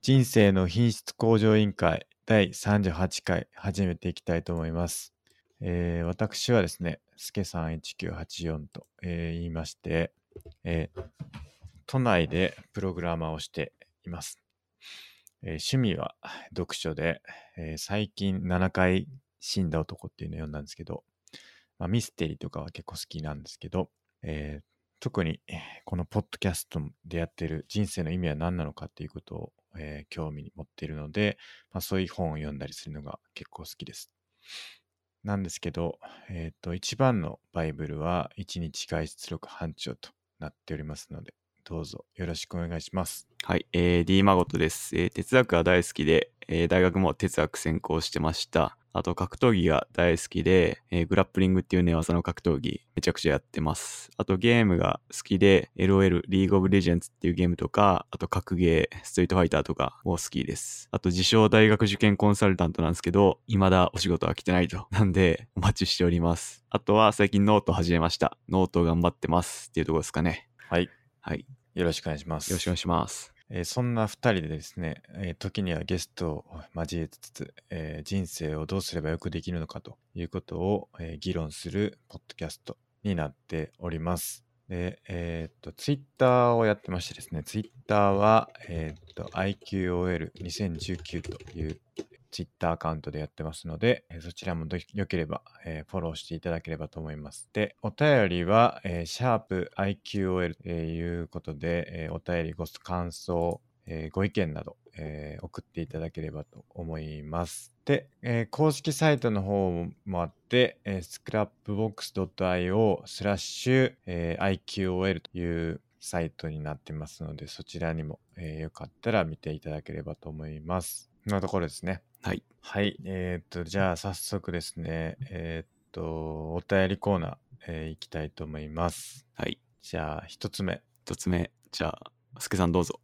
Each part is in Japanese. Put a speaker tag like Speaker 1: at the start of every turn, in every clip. Speaker 1: 人生の品質向上委員会第38回始めていきたいと思います。えー、私はですね、すけさん1984と、えー言いまして、えー都内でプログラマーをしています。えー趣味は読書で、えー最近7回死んだ男っていうのを読んだんですけど、まあ、ミステリーとかは結構好きなんですけど、えー特にえーこのポッドキャストでやってる人生の意味は何なのかっていうことを、えー興味に持っているので、まあ、そういう本を読んだりするのが結構好きです。なんですけど、えっ、と、一番のバイブルは1日外出力班長となっておりますので、どうぞよろしくお願いします。
Speaker 2: はい、えー、D マゴトです、えー哲学が大好きで、えー大学も哲学専攻してました。あと、格闘技が大好きで、えーグラップリングっていうね、技の格闘技、めちゃくちゃやってます。あと、ゲームが好きで、LOL、リーグオブレジェンズっていうゲームとか、あと、格ゲー、ストリートファイターとかを好きです。あと、自称大学受験コンサルタントなんですけど、未だお仕事は来てないと。 なんで、お待ちしております。あとは、最近ノート始めました。ノート頑張ってますっていうところですかね。
Speaker 1: はい。
Speaker 2: はい、よ
Speaker 1: よろしくお願いします。
Speaker 2: ろしくお願いします。
Speaker 1: えーそんな2人でですね、えー時にはゲストを交えつつ、えー人生をどうすればよくできるのかということを、えー議論するポッドキャストになっております。で、えーっと、ツイッターをやってましてですね、ツイッターは、えーっと、IQOL2019 というツイッターアカウントでやってますので、えーそちらもどよければ、えーフォローしていただければと思います。で、お便りは、えー、シャープ IQOL ということで、えーお便り、ご感想、えーご意見など、えー送っていただければと思います。で、えー公式サイトの方もあって、えー scrapbox.io スラッシュ、えー IQOL というサイトになってますので、そちらにも、えーよかったら見ていただければと思います。そんなところですね。
Speaker 2: はい。
Speaker 1: はい。えーっと、じゃあ早速ですね、えーっと、お便りコーナー、えー、いきたいと思います。
Speaker 2: はい。
Speaker 1: じゃあ、一つ目。
Speaker 2: 一つ目、じゃあ、すけさんどうぞ。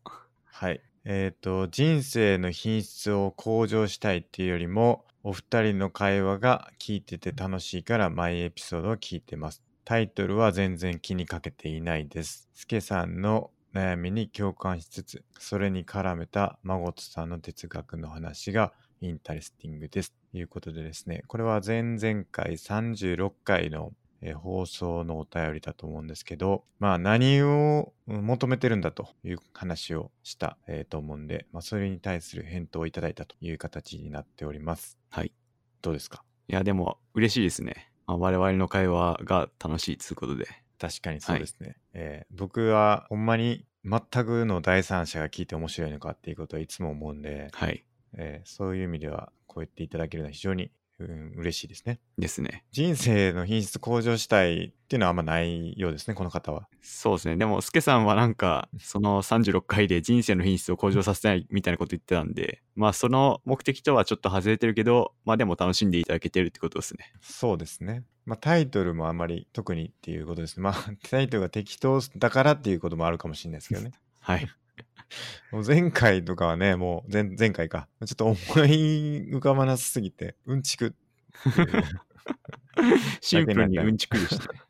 Speaker 1: はい。えっ、と、人生の品質を向上したいっていうよりも、お二人の会話が聞いてて楽しいから、毎エピソードを聞いてます。タイトルは全然気にかけていないです。スケさんの悩みに共感しつつ、それに絡めた孫とさんの哲学の話がインタレスティングです。ということでですね、これは前々回36回のえー放送のお便りだと思うんですけど、まあ何をうん求めてるんだという話をした、えーと思うんで、まあそれに対する返答をいただいたという形になっております。
Speaker 2: はい。
Speaker 1: どうですか
Speaker 2: いや、でも、嬉しいですね。まあ、我々の会話が楽しいということで。
Speaker 1: 確かにそうですね。えー僕はほんまに全くの第三者が聞いて面白いのかっていうことはいつも思うんで、
Speaker 2: はい。
Speaker 1: えーそういう意味ではこう言っていただけるのは非常に、うん、嬉しいですね。
Speaker 2: ですね。
Speaker 1: 人生の品質向上したいっていうのはあんまないようですね、この方は。
Speaker 2: そうですね。でも、すけさんはなんか、その36回で人生の品質を向上させないみたいなこと言ってたんで、まあ、その目的とはちょっと外れてるけど、まあ、でも楽しんでいただけてるってことですね。
Speaker 1: そうですね。まあタイトルもあまり特にっていうことですね。まあ タイトルが適当だからっていうこともあるかもしれないですけ どね。
Speaker 2: はい。
Speaker 1: もう前回とかはね、もう前前回か。ちょっと思い浮かばなさすぎて、うんちくっていう
Speaker 2: シンプルにうんちくで したね。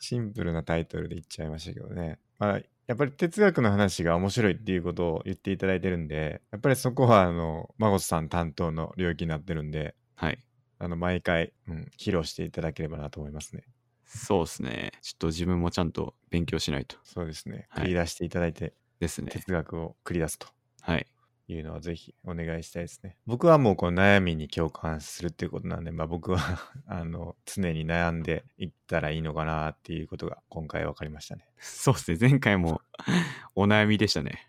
Speaker 1: シンプルなタイトルで言っちゃいましたけどね。まあやっぱり哲学の話が面白いっていうことを言っていただいてるんで、やっぱりそこはあの、マゴスさん担当の領域になってるんで、
Speaker 2: はい。
Speaker 1: あの、毎回、うん、披露していただければなと思いますね。
Speaker 2: そうですね。ちょっと自分もちゃんと勉強しないと。
Speaker 1: そうですね。
Speaker 2: は
Speaker 1: 繰
Speaker 2: い
Speaker 1: り出していただいて、
Speaker 2: ですね。
Speaker 1: 哲学を繰り出すと
Speaker 2: はい。
Speaker 1: いうのはぜひお願いしたいですね。僕はもうこの悩みに共感するっていうことなんで、まあ僕は あの常に悩んでいったらいいのかなっていうことが今回分かりましたね。
Speaker 2: そうですね。前回 もお悩みでしたね。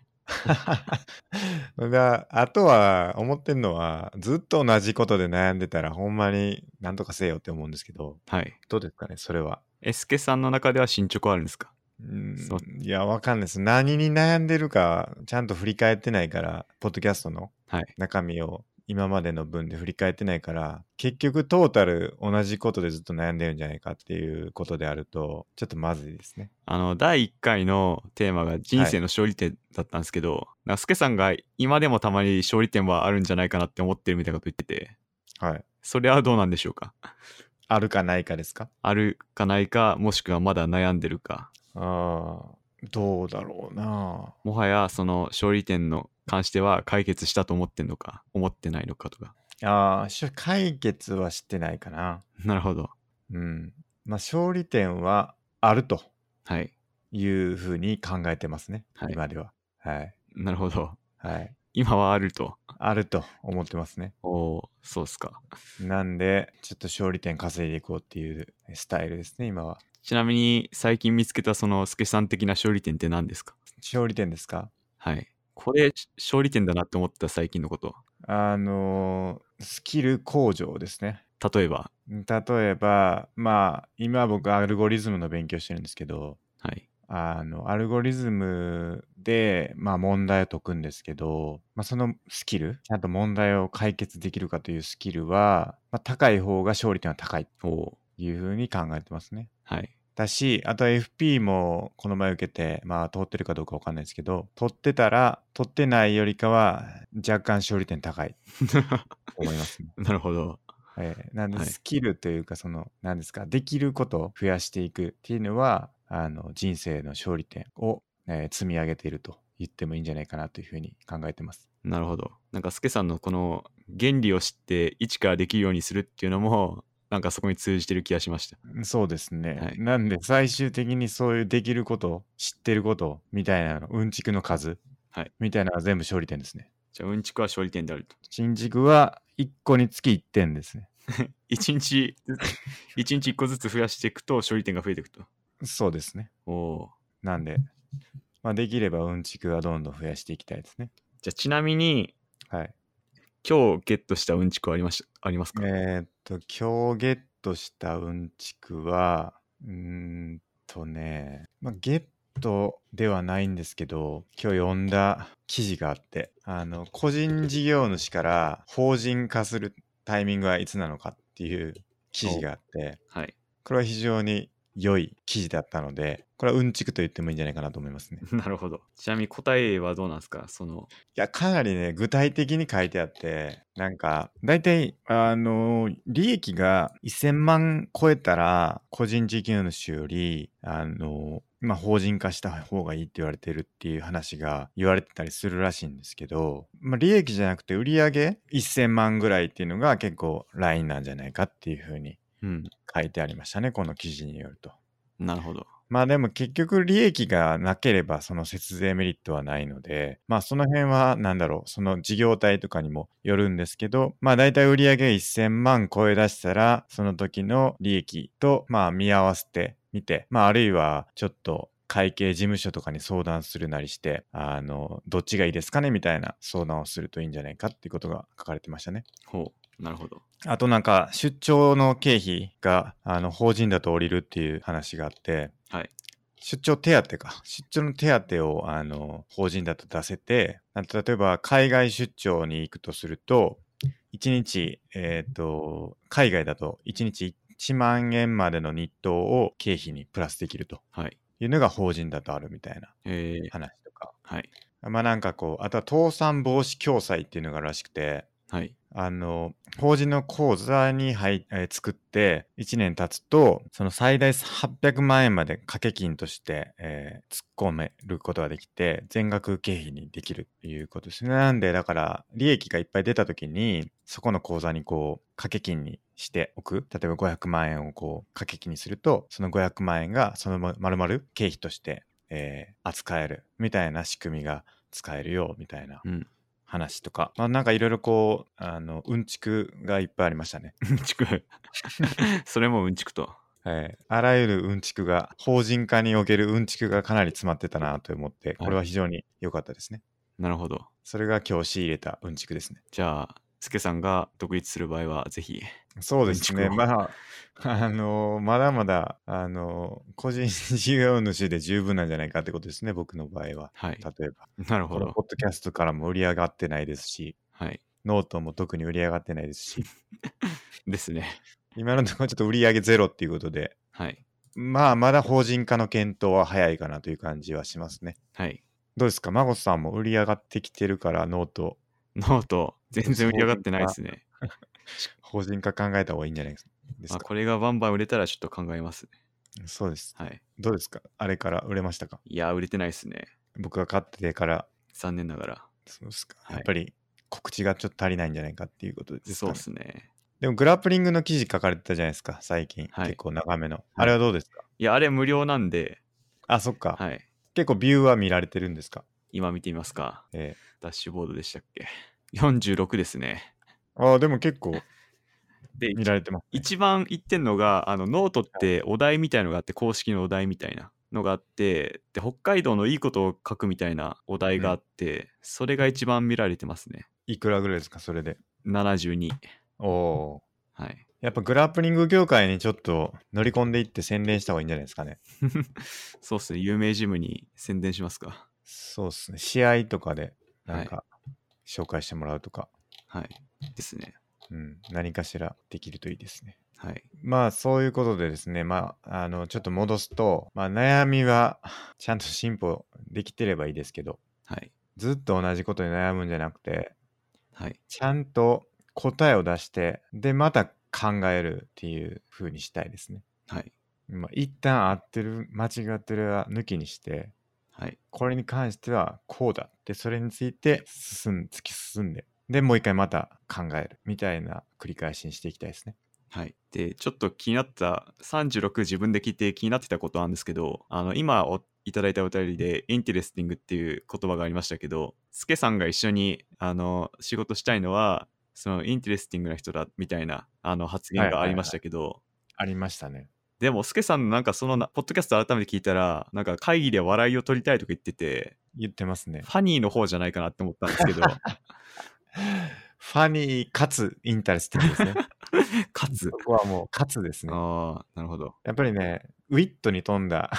Speaker 1: それがあとは思ってんのはずっと同じことで悩んでたらほんまになんとかせよって思うんですけど、
Speaker 2: はい。
Speaker 1: どうですかね、それは。
Speaker 2: えすけさんの中では進捗はあるんですか
Speaker 1: うん
Speaker 2: そう
Speaker 1: いや、わかんないです。何に悩んでるか、ちゃんと振り返ってないから、ポッドキャストの
Speaker 2: はい。
Speaker 1: 中身を今までの分で振り返ってないから結局トータル同じことでずっと悩んでるんじゃないかっていうことであるとちょっとまずいですね。
Speaker 2: あの、第1回のテーマが人生の勝利点だったんですけど、なすけさんが今でもたまに勝利点はあるんじゃないかなって思ってるみたいなこと言ってて、
Speaker 1: はい。
Speaker 2: それはどうなんでしょうか
Speaker 1: あるかないかですか
Speaker 2: あるかないか、もしくはまだ悩んでるか。
Speaker 1: ああ、どうだろうな。
Speaker 2: もはやその勝利点の関しては解決したと思ってんのか、思ってないのかとか。
Speaker 1: ああ、しょ解決はしてないかな。
Speaker 2: なるほど。
Speaker 1: うん。まあ、勝利点はあると
Speaker 2: はい。
Speaker 1: いうふうに考えてますね。
Speaker 2: はい
Speaker 1: 今では。はい。
Speaker 2: なるほど。
Speaker 1: はい。
Speaker 2: 今はあると。
Speaker 1: あると思ってますね。
Speaker 2: おおーそうっすか。
Speaker 1: なんで、ちょっと勝利点稼いでいこうっていうスタイルですね、今は。
Speaker 2: ちなみに、最近見つけたその、スケさん的な勝利点って何ですか
Speaker 1: 勝利点ですか
Speaker 2: はい。これ、し勝利点だなって思った最近のこと。
Speaker 1: あのースキル向上ですね。
Speaker 2: 例えば、
Speaker 1: 例えば、まあ、今僕アルゴリズムの勉強してるんですけど、
Speaker 2: はい。
Speaker 1: あの、アルゴリズムで、まあ問題を解くんですけど、まあそのスキル、ちゃんと問題を解決できるかというスキルは、まあ高い方が勝利点は高い
Speaker 2: おお
Speaker 1: というふうに考えてますね。
Speaker 2: はい。
Speaker 1: だし、あと FP もこの前受けて、まあ通ってるかどうかわかんないですけど、取ってたら、取ってないよりかは若干勝利点高いと思いますね。
Speaker 2: なるほど。
Speaker 1: えーなんで
Speaker 2: はい
Speaker 1: スキルというかその何ですかできることを増やしていくっていうのはあの人生の勝利点を、えー積み上げていると言ってもいいんじゃないかなというふうに考えてます。
Speaker 2: なるほど。なんか、スケさんのこの原理を知って、一からできるようにするっていうのも、なんかそこに通じてる気がしました。
Speaker 1: そうですね、
Speaker 2: はい
Speaker 1: なんで最終的にそういうできること知ってることみたいなのうんちくの数、
Speaker 2: はい
Speaker 1: みたいなのは全部勝利点ですね。
Speaker 2: じゃあ、うんちくは勝利点であると。
Speaker 1: 新軸は1個につき1点ですね。
Speaker 2: 一 日ずつ、一日一個ずつ増やしていくと、勝利点が増えていくと。
Speaker 1: そうですね。
Speaker 2: おお。
Speaker 1: なんで、まあ、できればうんちくはどんどん増やしていきたいですね。
Speaker 2: じゃあ、ちなみに、
Speaker 1: はい。
Speaker 2: 今日ゲットしたうんちくはありましありますか、
Speaker 1: えーっと、今日ゲットしたうんちくは、うーんとね、まあ、ゲットではないんですけど、今日読んだ記事があって、あの、個人事業主から法人化するタイミングはいつなのかっていう記事があって、
Speaker 2: はい。
Speaker 1: これは非常に良い記事だったので、これはうんちくと言ってもいいんじゃないかなと思いますね。
Speaker 2: なるほど。ちなみに答えはどうなんですかその、
Speaker 1: いや、かなりね、具体的に書いてあって、なんか、大体、あのー利益が1000万超えたら、個人事業主より、あのーまあ、法人化した方がいいって言われてるっていう話が言われてたりするらしいんですけど、まあ、利益じゃなくて売上1000万ぐらいっていうのが結構ラインなんじゃないかっていうふうに
Speaker 2: うん。
Speaker 1: 書いてありましたね、この記事によると。
Speaker 2: なるほど。
Speaker 1: まあでも結局利益がなければその節税メリットはないので、まあその辺はなんだろう、その事業体とかにもよるんですけど、まあ大体売上1000万超え出したら、その時の利益とまあ見合わせてみて、まああるいはちょっと会計事務所とかに相談するなりして、あの、どっちがいいですかねみたいな相談をするといいんじゃないかっていうことが書かれてましたね。
Speaker 2: ほう。なるほど。
Speaker 1: あとなんか出張の経費があの法人だと降りるっていう話があって、
Speaker 2: はい
Speaker 1: 出張手当か出張の手当をあの法人だと出せてあと例えば海外出張に行くとすると1日、えー、と海外だと1日1万円までの日当を経費にプラスできると
Speaker 2: はい。
Speaker 1: いうのが法人だとあるみたいな
Speaker 2: えー、
Speaker 1: 話とか
Speaker 2: はい。
Speaker 1: まあなんかこうあとは倒産防止共済っていうのがあるらしくて
Speaker 2: はい。
Speaker 1: あの、法人の口座に入、えー作って1年経つと、その最大800万円まで掛け金として、えー突っ込めることができて、全額経費にできるっていうことですね。なんで、だから、利益がいっぱい出た時に、そこの口座にこう、掛け金にしておく。例えば500万円をこう、掛け金にすると、その500万円がそのま丸々経費として、えー扱えるみたいな仕組みが使えるよ、みたいな
Speaker 2: うん。
Speaker 1: 話とか、まあ、なんかいろいろこうあのうんちくがいっぱいありましたね、
Speaker 2: うんちく。それもうんちくと。
Speaker 1: はい、あらゆるうんちくが法人化におけるうんちくがかなり詰まってたなと思ってこれは非常に良かったですね
Speaker 2: なるほど。
Speaker 1: それが今日仕入れたうんちくですね
Speaker 2: じゃあ、スケさんが独立する場合は、ぜひ。
Speaker 1: そうですね
Speaker 2: うんちくを
Speaker 1: まああのまだまだあの個人事業主で十分なんじゃないかってことですね僕の場合は
Speaker 2: はい
Speaker 1: 例。えば
Speaker 2: なるほ
Speaker 1: この
Speaker 2: ど。
Speaker 1: ポッドキャストからも売り上がってないですし
Speaker 2: はい。
Speaker 1: ノートも特に売り上がってないです し
Speaker 2: ですね。
Speaker 1: 今のところちょっと売り上げゼロっていうことで
Speaker 2: はい。
Speaker 1: まあ、まだ法人化の検討は早いかなという感じはしますね。
Speaker 2: はい。
Speaker 1: どうですか孫さんも売り上がってきてるから、ノート、
Speaker 2: ノート、全然売り上がってないですね。
Speaker 1: 法人化考えた方がいいんじゃないです
Speaker 2: まあ、
Speaker 1: か。
Speaker 2: これがバンバン売れたらちょっと考えますね。
Speaker 1: そうです。
Speaker 2: はい。
Speaker 1: どうですかあれから売れましたか
Speaker 2: いや、売れてないですね。
Speaker 1: 僕が買ってから
Speaker 2: 残念ながら。
Speaker 1: そうですか。
Speaker 2: はい
Speaker 1: やっぱり告知がちょっと足りないんじゃないかっていうことですか、ね。
Speaker 2: そうですね。
Speaker 1: でもグラップリングの記事書かれてたじゃないですか、最近。
Speaker 2: はい
Speaker 1: 結構長めの。あれはどうですか、
Speaker 2: いや、あれ無料なんで、
Speaker 1: あ、そっか、
Speaker 2: はい。
Speaker 1: 結構ビューは見られてるんですか
Speaker 2: 今見てみますか。
Speaker 1: え
Speaker 2: ダッシュボードでしたっけ ?46 ですね。
Speaker 1: えああ、でも結構
Speaker 2: で、
Speaker 1: 見られてます、ね。
Speaker 2: 一番言ってんのがあのノートってお題みたいのがあって公式のお題みたいなのがあってで北海道のいいことを書くみたいなお題があって、それが一番見られてますね
Speaker 1: いくらぐらいですか、それで。
Speaker 2: 72
Speaker 1: おお
Speaker 2: はい
Speaker 1: ー。やっぱグラップリング業界にちょっと乗り込んでいって宣伝した方がいいんじゃないですかね。
Speaker 2: そうっすね有名ジムに宣伝しますか
Speaker 1: そうですね。試合とかで、なん
Speaker 2: は
Speaker 1: か、紹介してもらうとか、
Speaker 2: はいですね
Speaker 1: うん、何かしらできるといいですね。
Speaker 2: はい
Speaker 1: まあそういうことでですね、まあ、あのちょっと戻すと、まあ、悩みは ちゃんと進歩できてればいいですけど
Speaker 2: はい
Speaker 1: ずっと同じことに悩むんじゃなくて
Speaker 2: はい
Speaker 1: ちゃんと答えを出してでまた考えるっていう風にしたいですね。
Speaker 2: はい
Speaker 1: まあ、一旦合ってる間違ってるは抜きにして
Speaker 2: はい
Speaker 1: これに関してはこうだってそれについて進ん突き進んででもう一回また考えるみたいな繰り返しにしていきたいですね。
Speaker 2: はい、でちょっと気になった36自分で聞いて気になってたことなんですけどあの今おいただいたお便りで「インテレスティング」っていう言葉がありましたけどスケさんが一緒にあの仕事したいのはそのインテレスティングな人だみたいなあの発言がありましたけど、
Speaker 1: ありましたね。
Speaker 2: でもスケさんのなんかそのなポッドキャスト改めて聞いたらなんか会議で笑いを取りたいとか言ってて
Speaker 1: 言ってます ね。
Speaker 2: ファニーの方じゃないかなって思ったんですけど
Speaker 1: ファニーかつインタレスティングですね。
Speaker 2: かつ
Speaker 1: ここはもうかつですね。
Speaker 2: ああなるほど
Speaker 1: やっぱりね、ウィットに富んだ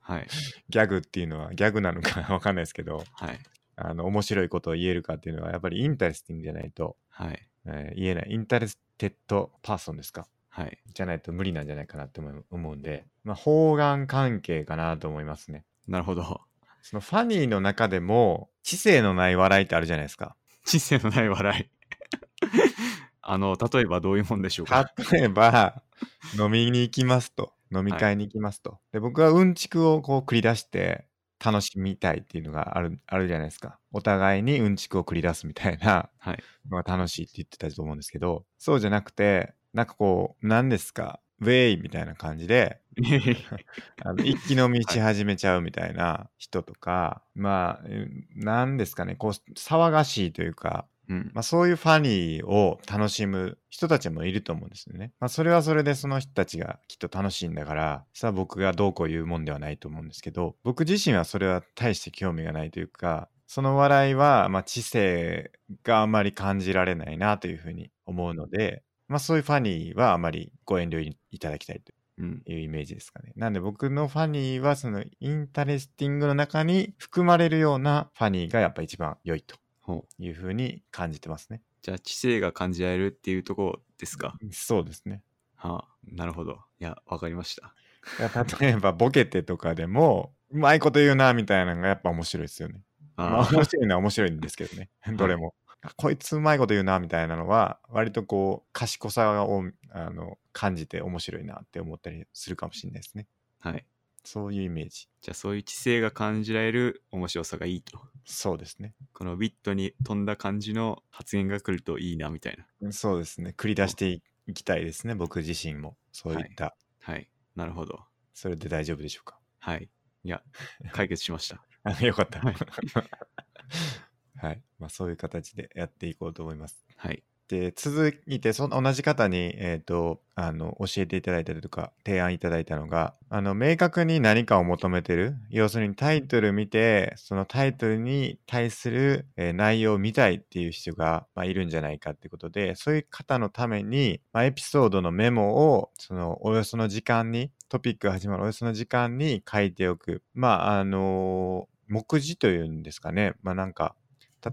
Speaker 2: はい
Speaker 1: ギャグっていうのはギャグなのかわかんないですけど、
Speaker 2: はい
Speaker 1: あの面白いことを言えるかっていうのはやっぱりインタレスティングじゃないと、
Speaker 2: はい
Speaker 1: えー言えない。インタレステッドパーソンですか
Speaker 2: はい
Speaker 1: じゃないと無理なんじゃないかなって思う思うんで、まあ、方眼関係かなと思いますね。
Speaker 2: なるほど
Speaker 1: そのファニーの中でも知性のない笑いってあるじゃないですか。
Speaker 2: 知性のない 笑い。あの、例えばどういうもんでしょう か。
Speaker 1: 例えば、飲みに行きますと。飲み会に行きますと。で、僕はうんちくをこう繰り出して楽しみたいっていうのがある、あるじゃないですか。お互いにうんちくを繰り出すみたいな
Speaker 2: はい。
Speaker 1: のが楽しいって言ってたと思うんですけど、そうじゃなくて、なんかこう、何ですかウェイみたいな感じで、 あの一気飲みし始めちゃうみたいな人とか、まあ、うん何ですかね、こう、騒がしいというか、
Speaker 2: うん。
Speaker 1: まあ、そういうファニーを楽しむ人たちもいると思うんですよね。まあ、それはそれでその人たちがきっと楽しいんだから、さあ僕がどうこう言うもんではないと思うんですけど、僕自身はそれは大して興味がないというか、その笑いは、まあ、知性があまり感じられないなというふうに思うので、まあ、そういうファニーはあまりご遠慮いいただきたいと
Speaker 2: うん。
Speaker 1: いうイメージですかね。なんで僕のファニーはそのインタレスティングの中に含まれるようなファニーがやっぱ一番良いと
Speaker 2: ほう
Speaker 1: いうふうに感じてますね。
Speaker 2: じゃあ、知性が感じられるっていうところですか。
Speaker 1: そうですね。
Speaker 2: はあ、なるほど。いや、わかりました。
Speaker 1: だから例えばボケてとかでも、うまいこと言うなみたいなのがやっぱ面白いですよね。まあ
Speaker 2: あー
Speaker 1: 面白いのは面白いんですけどね、どれも。あこいつうまいこと言うなみたいなのは、割とこう、賢さをあの感じて面白いなって思ったりするかもしれないですね。
Speaker 2: はい。
Speaker 1: そういうイメージ。
Speaker 2: じゃあ、そういう知性が感じられる面白さがいいと。
Speaker 1: そうですね。
Speaker 2: このウィットに飛んだ感じの発言が来るといいな、みたいな。
Speaker 1: そうですね。繰り出していきたいですね、僕自身も。そういった。
Speaker 2: はい。なるほど。
Speaker 1: それで大丈夫でしょうか。
Speaker 2: はい。いや、解決しました。
Speaker 1: あよか った。
Speaker 2: はい
Speaker 1: はい。まあそういう形でやっていこうと思います。
Speaker 2: はい。
Speaker 1: で続いてその同じ方に、えー、とあの教えていただいたりとか提案いただいたのがあの明確に何かを求めてる要するにタイトル見てそのタイトルに対する、えー内容を見たいっていう人が、まあ、いるんじゃないかってことでそういう方のために、まあ、エピソードのメモをそのおよその時間にトピックが始まるおよその時間に書いておくまああのー目次というんですかねまあなんか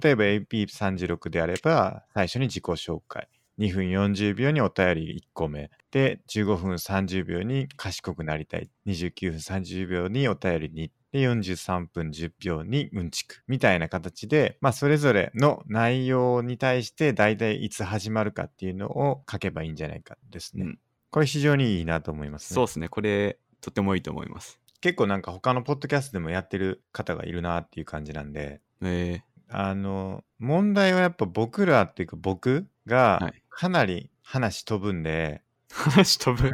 Speaker 1: 例えば AP36 であれば最初に自己紹介2分40秒にお便り1個目で15分30秒に賢くなりたい29分30秒にお便りにで43分10秒にうんちくみたいな形で、まあ、それぞれの内容に対して大体いつ始まるかっていうのを書けばいいんじゃないかですね。
Speaker 2: うん
Speaker 1: これ非常にいいなと思いますね。
Speaker 2: そうですね。これ、とてもいいと思います。
Speaker 1: 結構なんか他のポッドキャストでもやってる方がいるなっていう感じなんで
Speaker 2: え
Speaker 1: あの、問題はやっぱ僕らっていうか僕が
Speaker 2: はい
Speaker 1: かなり話飛ぶんで、
Speaker 2: 話飛 ぶ。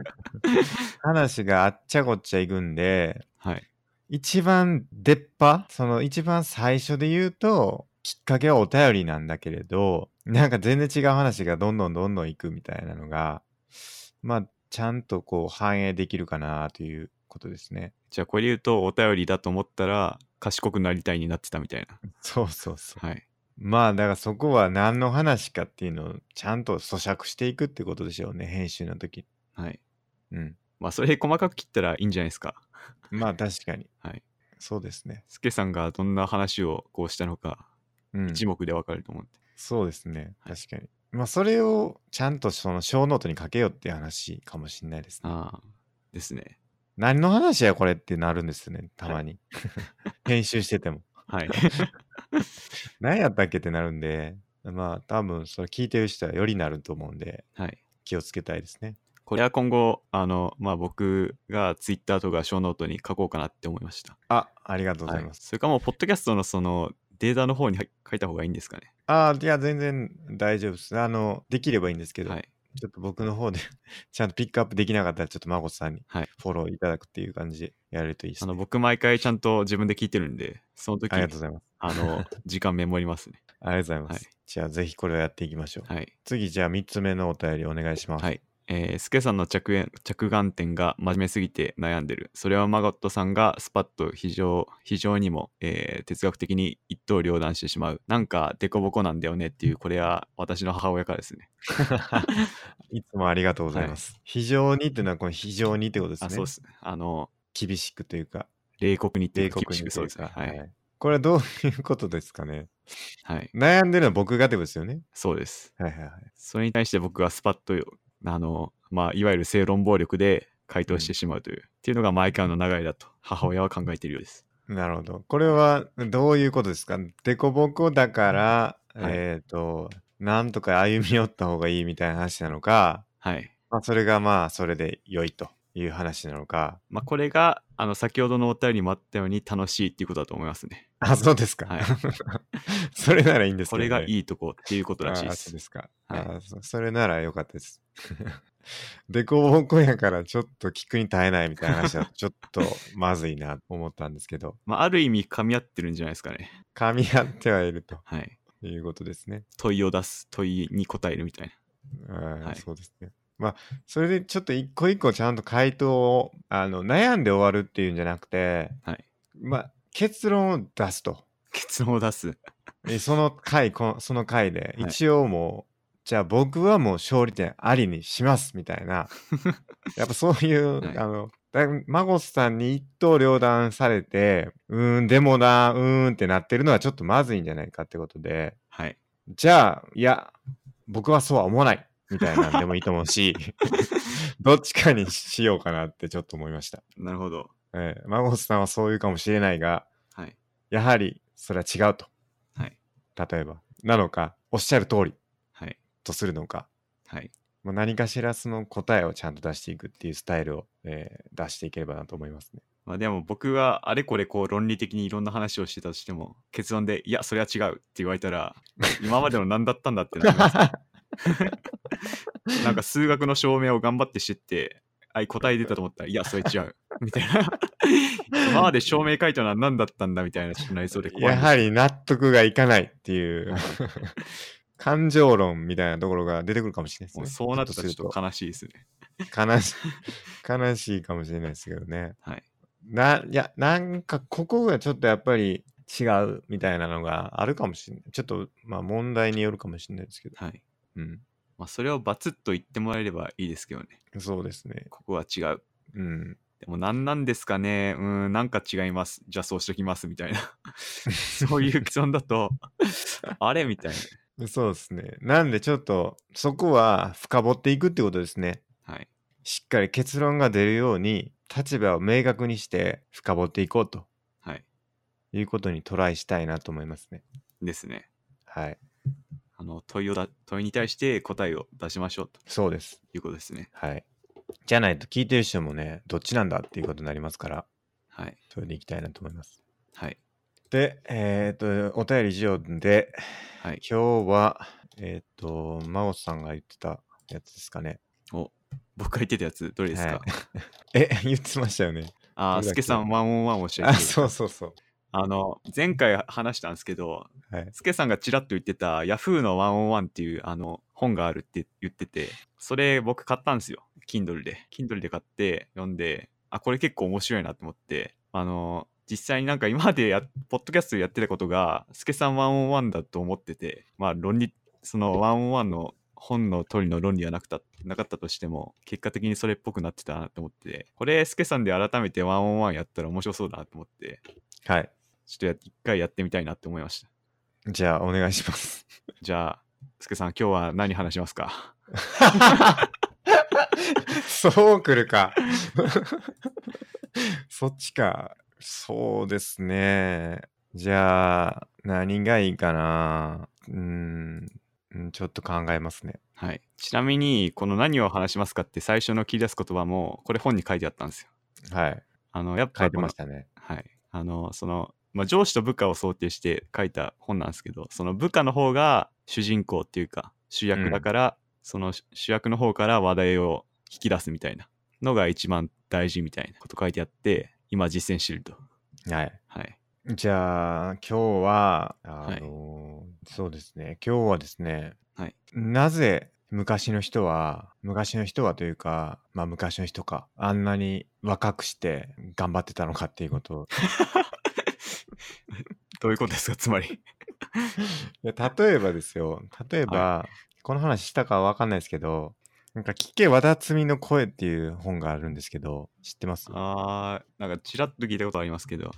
Speaker 1: 話があっちゃこっちゃいくんで、
Speaker 2: はい。
Speaker 1: 一番出っ歯その一番最初で言うと、きっかけはお便りなんだけれど、なんか全然違う話がどんどんどんどんいくみたいなのが、まあ、ちゃんとこう反映できるかなということですね。
Speaker 2: じゃあこれで言うとお便りだと思ったら賢くなりたいになってたみたいな。
Speaker 1: そうそうそう。
Speaker 2: はい。
Speaker 1: まあ、だからそこは何の話かっていうのをちゃんと咀嚼していくってことでしょうね、編集の時。
Speaker 2: はい。
Speaker 1: うん。
Speaker 2: まあそれ細かく切ったらいいんじゃないですか。
Speaker 1: まあ、確かに。
Speaker 2: はい。
Speaker 1: そうですね。
Speaker 2: スケさんがどんな話をこうしたのか
Speaker 1: うん。
Speaker 2: 一目でわかると思って。
Speaker 1: そうですね。
Speaker 2: はい
Speaker 1: 確かに。まあ、それをちゃんとその小ノートに書けよっていう話かもしれないですね。
Speaker 2: ああ。ですね。
Speaker 1: 何の話やこれってなるんですよね、たまに。 編集してても。
Speaker 2: はい。
Speaker 1: 何やったっけってなるんで、まあ、多分、それ聞いてる人はよりなると思うんで、
Speaker 2: はい。
Speaker 1: 気をつけたいですね。
Speaker 2: これは今後、あの、まあ僕がツイッターとか小ノートに書こうかなって思いました。
Speaker 1: あ、ありがとうござい
Speaker 2: は
Speaker 1: ま
Speaker 2: い、
Speaker 1: す。
Speaker 2: それかもう、ポッドキャストのそのデータの方に書いた方がいいんですかね。
Speaker 1: ああ、いや、全然大丈夫です。あの、できればいいんですけど、
Speaker 2: はい。
Speaker 1: ちょっと僕の方で、 ちゃんとピックアップできなかったら、ちょっと孫さんに
Speaker 2: はい
Speaker 1: フォローいただくっていう感じでやれるといいです、
Speaker 2: あ
Speaker 1: ね
Speaker 2: の、僕毎回ちゃんと自分で聞いてるんで、その時
Speaker 1: あり
Speaker 2: に
Speaker 1: がとうございます。
Speaker 2: あの、時間メモりますね。
Speaker 1: ありがとうございます。
Speaker 2: は
Speaker 1: じゃあ、ぜひこれをやっていきましょう。
Speaker 2: はい。
Speaker 1: 次、じゃあ、3つ目のお便りお願いします。
Speaker 2: はい。えー、スケさんの着眼着眼点が真面目すぎて悩んでる。それはマゴットさんがスパッと非常非常にも、えー哲学的に一刀両断してしまう。なんかデコボコなんだよねっていう、これは私の母親からですね。
Speaker 1: いつもありがとうございます。非常にっていうのは、この非常にってことですね。
Speaker 2: あ、そうです。あの、
Speaker 1: 厳しくというか、
Speaker 2: 冷酷にってい
Speaker 1: 米国
Speaker 2: うか厳
Speaker 1: に
Speaker 2: しく
Speaker 1: と
Speaker 2: そう
Speaker 1: い
Speaker 2: で
Speaker 1: う
Speaker 2: すね
Speaker 1: か。。
Speaker 2: はい。
Speaker 1: はいこれはどういうことですかね
Speaker 2: はい。
Speaker 1: 悩んでるのは僕がってことですよね。
Speaker 2: そうです。
Speaker 1: はいはいはい。
Speaker 2: それに対して僕はスパッとよあの、まあ、いわゆる正論暴力で回答してしまうという、っていうのが毎回の流れだと母親は考えているようです。
Speaker 1: なるほど。これはどういうことですかデコボコだから、
Speaker 2: はい
Speaker 1: えっ、と、なんとか歩み寄った方がいいみたいな話なのか、
Speaker 2: はい。
Speaker 1: まあ、それがまあ、それで良いという話なのか。
Speaker 2: まあ、これがあの先ほどのお便りにもあったように楽しいっていうことだと思いますね。
Speaker 1: あ、そうですか。
Speaker 2: はい
Speaker 1: それならいいんですけ
Speaker 2: こ
Speaker 1: ど、ね。
Speaker 2: れが
Speaker 1: い
Speaker 2: いいとこっていうことらしいで
Speaker 1: そう
Speaker 2: す
Speaker 1: で。すか。
Speaker 2: はい
Speaker 1: あそそれなら良かったです。 デコボコやからちょっと聞くに耐えないみたいな話はちょっとまずいなと思ったんですけど、
Speaker 2: まあ、ある意味噛み合ってるんじゃないですかね。
Speaker 1: 噛み合ってはいると
Speaker 2: はい。
Speaker 1: いうことですね。
Speaker 2: 問いを出す、問いに答えるみたいな。
Speaker 1: うん
Speaker 2: はい
Speaker 1: そうですね。まあ、それでちょっと一個一個ちゃんと回答を、あの、悩んで終わるっていうんじゃなくて、
Speaker 2: はい。
Speaker 1: まあ、結論を出すと。
Speaker 2: 結論を出す。
Speaker 1: えその回、このその回で、
Speaker 2: はい
Speaker 1: 一応もう、じゃあ僕はもう勝利点ありにします、みたい な。やっぱそういう、
Speaker 2: はい
Speaker 1: あの、だマゴスさんに一刀両断されて、うーん、でもな、うーんってなってるのはちょっとまずいんじゃないかってことで、
Speaker 2: はい。
Speaker 1: じゃあ、いや、僕はそうは思わないみたいなんでもいいと思うし、 どっちかにしようかなってちょっと思いました。
Speaker 2: なるほど。
Speaker 1: えー、マゴスさんはそういうかもしれないが、
Speaker 2: はい。
Speaker 1: やはりそれは違うと。
Speaker 2: はい。
Speaker 1: 例えば。なのか、おっしゃる通り
Speaker 2: はい。
Speaker 1: とするのか、
Speaker 2: はい。
Speaker 1: もう何かしらその答えをちゃんと出していくっていうスタイルを、えー出していければなと思い ますね。
Speaker 2: まあでも僕があれこれこう論理的にいろんな話をしてたとしても結論で「いやそれは違う」って言われたら 今までの何だったんだってなりますなんか数学の証明を頑張ってしてってあい答え出たと思ったら「いやそれ違う」 みたい な今まで証明書いたのは何だったんだみたいなちょっとなりそうで怖い
Speaker 1: や
Speaker 2: んです
Speaker 1: はり納得がいかないって いう、感情論みたいなところが出てくるかもしれないです
Speaker 2: も
Speaker 1: ね。
Speaker 2: う そうなった
Speaker 1: ひょ
Speaker 2: ら
Speaker 1: っ
Speaker 2: ち
Speaker 1: と
Speaker 2: ょっと悲しいですね
Speaker 1: 悲しい、悲 しいかもしれないですけどね。
Speaker 2: はい
Speaker 1: な、いや、なんかここがちょっとやっぱり違うみたいなのがあるかもしれない。ちょっと、まあ問題によるかもしれないですけど。
Speaker 2: はい、
Speaker 1: うん。
Speaker 2: まあ、それをバツッと言ってもらえればいいですけどね
Speaker 1: そうですね。
Speaker 2: ここは違う
Speaker 1: うん。
Speaker 2: でも何なんですかねうーん、なんか違います。じゃあそうしときます、みたいな。 そういう結論 だと、あれみたい
Speaker 1: そうですね。なんでちょっと、そこは深掘っていくってことですね。
Speaker 2: な。はい。
Speaker 1: しっかり結論が出るように、立場を明確にして深掘っていこうと
Speaker 2: はい。
Speaker 1: いうことにトライしたいなと思いますね。
Speaker 2: ですね。
Speaker 1: はい。
Speaker 2: あの、問いをだ、問いに対して答えを出しましょうと
Speaker 1: そうです。
Speaker 2: いうことですね。
Speaker 1: はい。じゃないと聞いてる人もね、どっちなんだっていうことになりますから、
Speaker 2: はい。
Speaker 1: それでいきたいなと思います。
Speaker 2: はい。
Speaker 1: で、えっ、と、お便り以上で、
Speaker 2: はい。
Speaker 1: 今日は、えっ、と、真央さんが言ってたやつですかね。
Speaker 2: お、僕が言ってたやつ、どれですか、
Speaker 1: はいえ、言ってましたよね。
Speaker 2: あ
Speaker 1: ど
Speaker 2: ー、
Speaker 1: れだっけ
Speaker 2: すけさんワンオンワンをし て
Speaker 1: あ、そうそうそう。
Speaker 2: あの、前回話したんですけど、
Speaker 1: はい。
Speaker 2: すけさんがちらっと言ってた Yahoo のワンオンワンっていうあの本があるって言ってて、それ僕買ったんですよ。Kindle で。Kindle で買って読んで、あ、これ結構面白いなと思って、あの、実際になんか今までや、ポッドキャストでやってたことが、すけさんワンオンワンだと思ってて、まあ論理、そのワンオンワンの本の通りの論理はなくた、なかったとしても、結果的にそれっぽくなってたなと思って、これ、すけさんで改めてワンオンワンやったら面白そうだなと思って、
Speaker 1: はい。
Speaker 2: ちょっとや一回やってみたいなって思いました。
Speaker 1: じゃあ、お願いします。
Speaker 2: じゃあ、すけさん、今日は何話しますか
Speaker 1: そうくるか。 そっちか。そうですね。じゃあ、何がいいかな。うーん、うんちょっと考えますね。
Speaker 2: はい。ちなみに、この何を話しますかって最初の切り出す言葉も、これ本に書いてあったんですよ。
Speaker 1: はい。
Speaker 2: あの、やっぱ
Speaker 1: 書いて
Speaker 2: この
Speaker 1: ましたね。
Speaker 2: はい。あの、その、まあ、上司と部下を想定して書いた本なんですけど、その部下の方が主人公っていうか、主役だから、その主主役の方から話題を引き出すみたいなのが一番大事みたいなこと書いてあって、今実践してると。
Speaker 1: はい。
Speaker 2: はい。
Speaker 1: じゃあ、今日は、あのそうですね、今日はですね、
Speaker 2: はい
Speaker 1: なぜ昔の人は、昔の人はというか、まあ昔の人か、あんなに若くして頑張ってたのかっていうことを。
Speaker 2: どういうことですか、 つまり。
Speaker 1: いや例えばですよ、例えば、この話したかわかんないですけど、なんか、聞け和田摘みの声っていう本があるんですけど、知ってますあ
Speaker 2: あー、なんかちらっと聞いたことありますけど。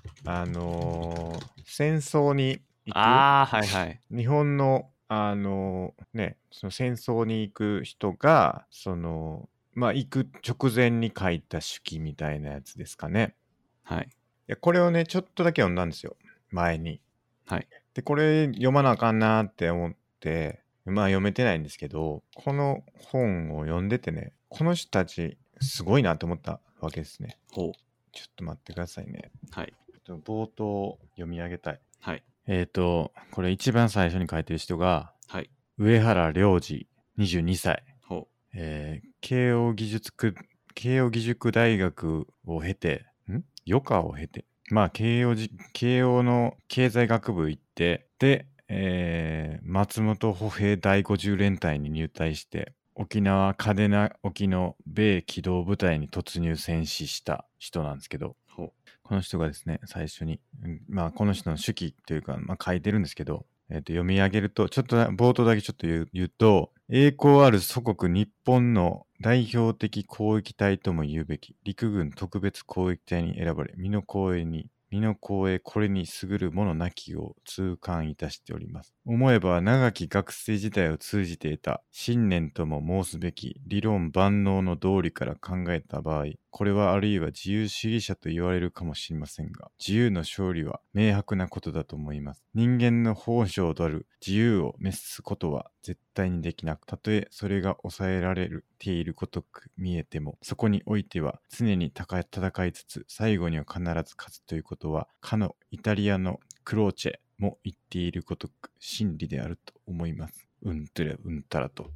Speaker 1: の戦争に行く
Speaker 2: ああ、はいはい。
Speaker 1: 日本のあのねその戦争に行く人がそのまあ行く直前に書いた手記みたいなやつですかね。
Speaker 2: はい。
Speaker 1: いやこれをねちょっとだけ読んだんですよ前に。
Speaker 2: はい、
Speaker 1: でこれ読まなあかんなって思ってまあ読めてないんですけどこの本を読んでてねこの人たちすごいなと思ったわけですね。
Speaker 2: ほう。
Speaker 1: ちょっと待ってくださいね。
Speaker 2: はい。
Speaker 1: ちょっと冒頭読み上げたい。
Speaker 2: はい。
Speaker 1: えっ、とこれ一番最初に書いてる人が
Speaker 2: はい。
Speaker 1: 上原良二22歳、
Speaker 2: ほ
Speaker 1: えー慶応義塾慶応義塾大学を経てん余暇を経てまあ慶応じ慶応の経済学部行ってで、えー松本歩兵第50連隊に入隊して沖縄嘉手納沖の米機動部隊に突入戦死した人なんですけど
Speaker 2: う。ほう。
Speaker 1: この人がですね、最初に、うんまあ、この人の手記というか、まあ、書いてるんですけど、えーと読み上げると、ちょっとな冒頭だけちょっと言う言うと、栄光ある祖国日本の代表的広域隊とも言うべき、陸軍特別広域隊に選ばれ、美濃光栄に、美濃光栄これに優るものなきを痛感いたしております。思えば長き学生時代を通じて得た信念とも申すべき理論万能の道理から考えた場合、これはあるいは自由主義者と言われるかもしれませんが、自由の勝利は明白なことだと思います。人間の本性とある自由を滅すことは絶対にできなく、たとえそれが抑えられていることく見えても、そこにおいては常に戦い戦いつつ、最後には必ず勝つということは、かのイタリアのクローチェも言っていることく真理であると思います。うんとれうんたらと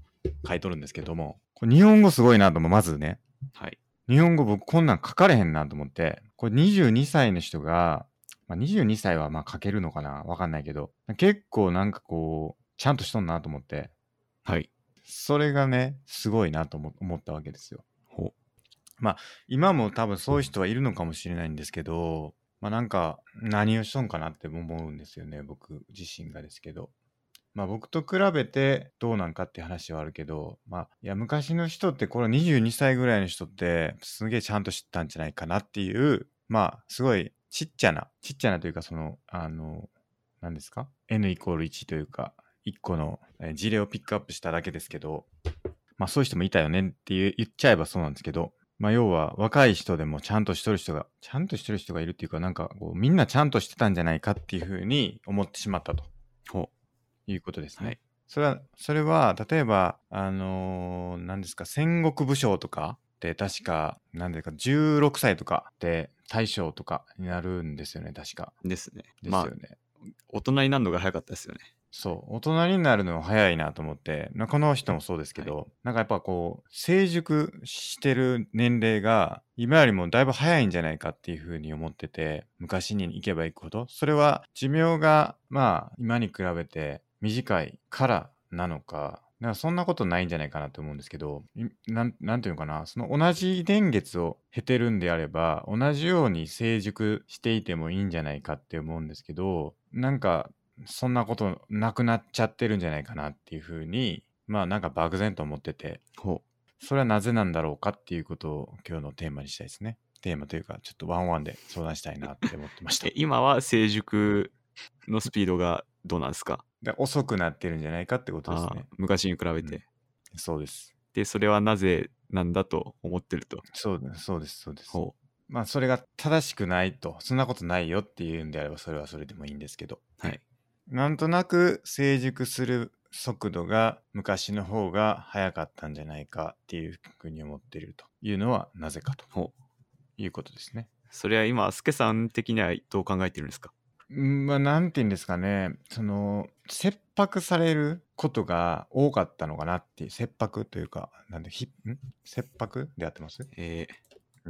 Speaker 1: 書いとるんですけども、これ日本語すごいなともまずね、
Speaker 2: はい。
Speaker 1: 日本語僕こんなん書かれへんなと思って、これ22歳の人が、まあ、22歳はまあ書けるのかなわかんないけど、結構なんかこう、ちゃんとしとんなと思って、
Speaker 2: はい。
Speaker 1: それがね、すごいなと思思ったわけですよ。
Speaker 2: ほ
Speaker 1: 今も多分そういう人はいるのかもしれないんですけど、まあなんか何をしとんかなって思うんですよね、僕自身がですけど。まあ僕と比べてどうなんかって話はあるけど、まあいや昔の人ってこの22歳ぐらいの人ってすげえちゃんと知ったんじゃないかなっていう、まあすごいちっちゃな、ちっちゃなというかその、あの、何ですか ?n イコール1というか、1個のえー事例をピックアップしただけですけど、まあそういう人もいたよねっていう言っちゃえばそうなんですけど、まあ、要は若い人でもちゃんとしてる人が、ちゃんとしてる人がいるっていうか、なんかこう、みんなちゃんとしてたんじゃないかっていうふうに思ってしまったと
Speaker 2: う。ほ
Speaker 1: いうことです
Speaker 2: う。
Speaker 1: ね。
Speaker 2: はい。
Speaker 1: それは、それは、例えば、あのー、何ですか、戦国武将とかって確か、何ですか、16歳とかで大賞とかになるんですよね、確か。
Speaker 2: ですね。
Speaker 1: です
Speaker 2: ま
Speaker 1: よ
Speaker 2: あ
Speaker 1: ね。、
Speaker 2: 大人になるのが早かったですよね。
Speaker 1: そう、大人になるの早いなと思って、まあこの人もそうですけど、なんかやっぱこう、成熟してる年齢が、今よりもだいぶ早いんじゃないかっていうふうに思ってて、昔に行けば行くほど、それは寿命が、まあ、今に比べて短いからなのか、なんかそんなことないんじゃないかなと思うんですけど、いなんなんていうのかな、その同じ年月を経てるんであれば、同じように成熟していてもいいんじゃないかって思うんですけど、なんかそんなことなくなっちゃってるんじゃないかなっていうふうに、まあなんか漠然と思ってて、
Speaker 2: ほ
Speaker 1: それはなぜなんだろうかっていうことを今日のテーマにしたいですね。テーマというか、ちょっとワンワンで相談したいなって思ってまし
Speaker 2: う
Speaker 1: た
Speaker 2: え。今は成熟のスピードがどうなんですか
Speaker 1: で遅くなってるんじゃないかってことです
Speaker 2: あー
Speaker 1: ね。
Speaker 2: 昔に比べて、
Speaker 1: うんそうです。
Speaker 2: で、それはなぜなんだと思ってると。
Speaker 1: そうです。そうです。そうです。
Speaker 2: ほ
Speaker 1: まあそれが正しくないと、そんなことないよっていうんであれば、それはそれでもいいんですけど。
Speaker 2: う。はい。
Speaker 1: なんとなく成熟する速度が昔の方が早かったんじゃないかっていうふうに思っているというのはなぜかと
Speaker 2: ほう。
Speaker 1: いうことですね。
Speaker 2: それは今、スケさん的にはどう考えてるんですか
Speaker 1: うんまあなんて言うんですかねその切迫されることが多かったのかなっていう切迫というかなんでひん切迫でやってます
Speaker 2: え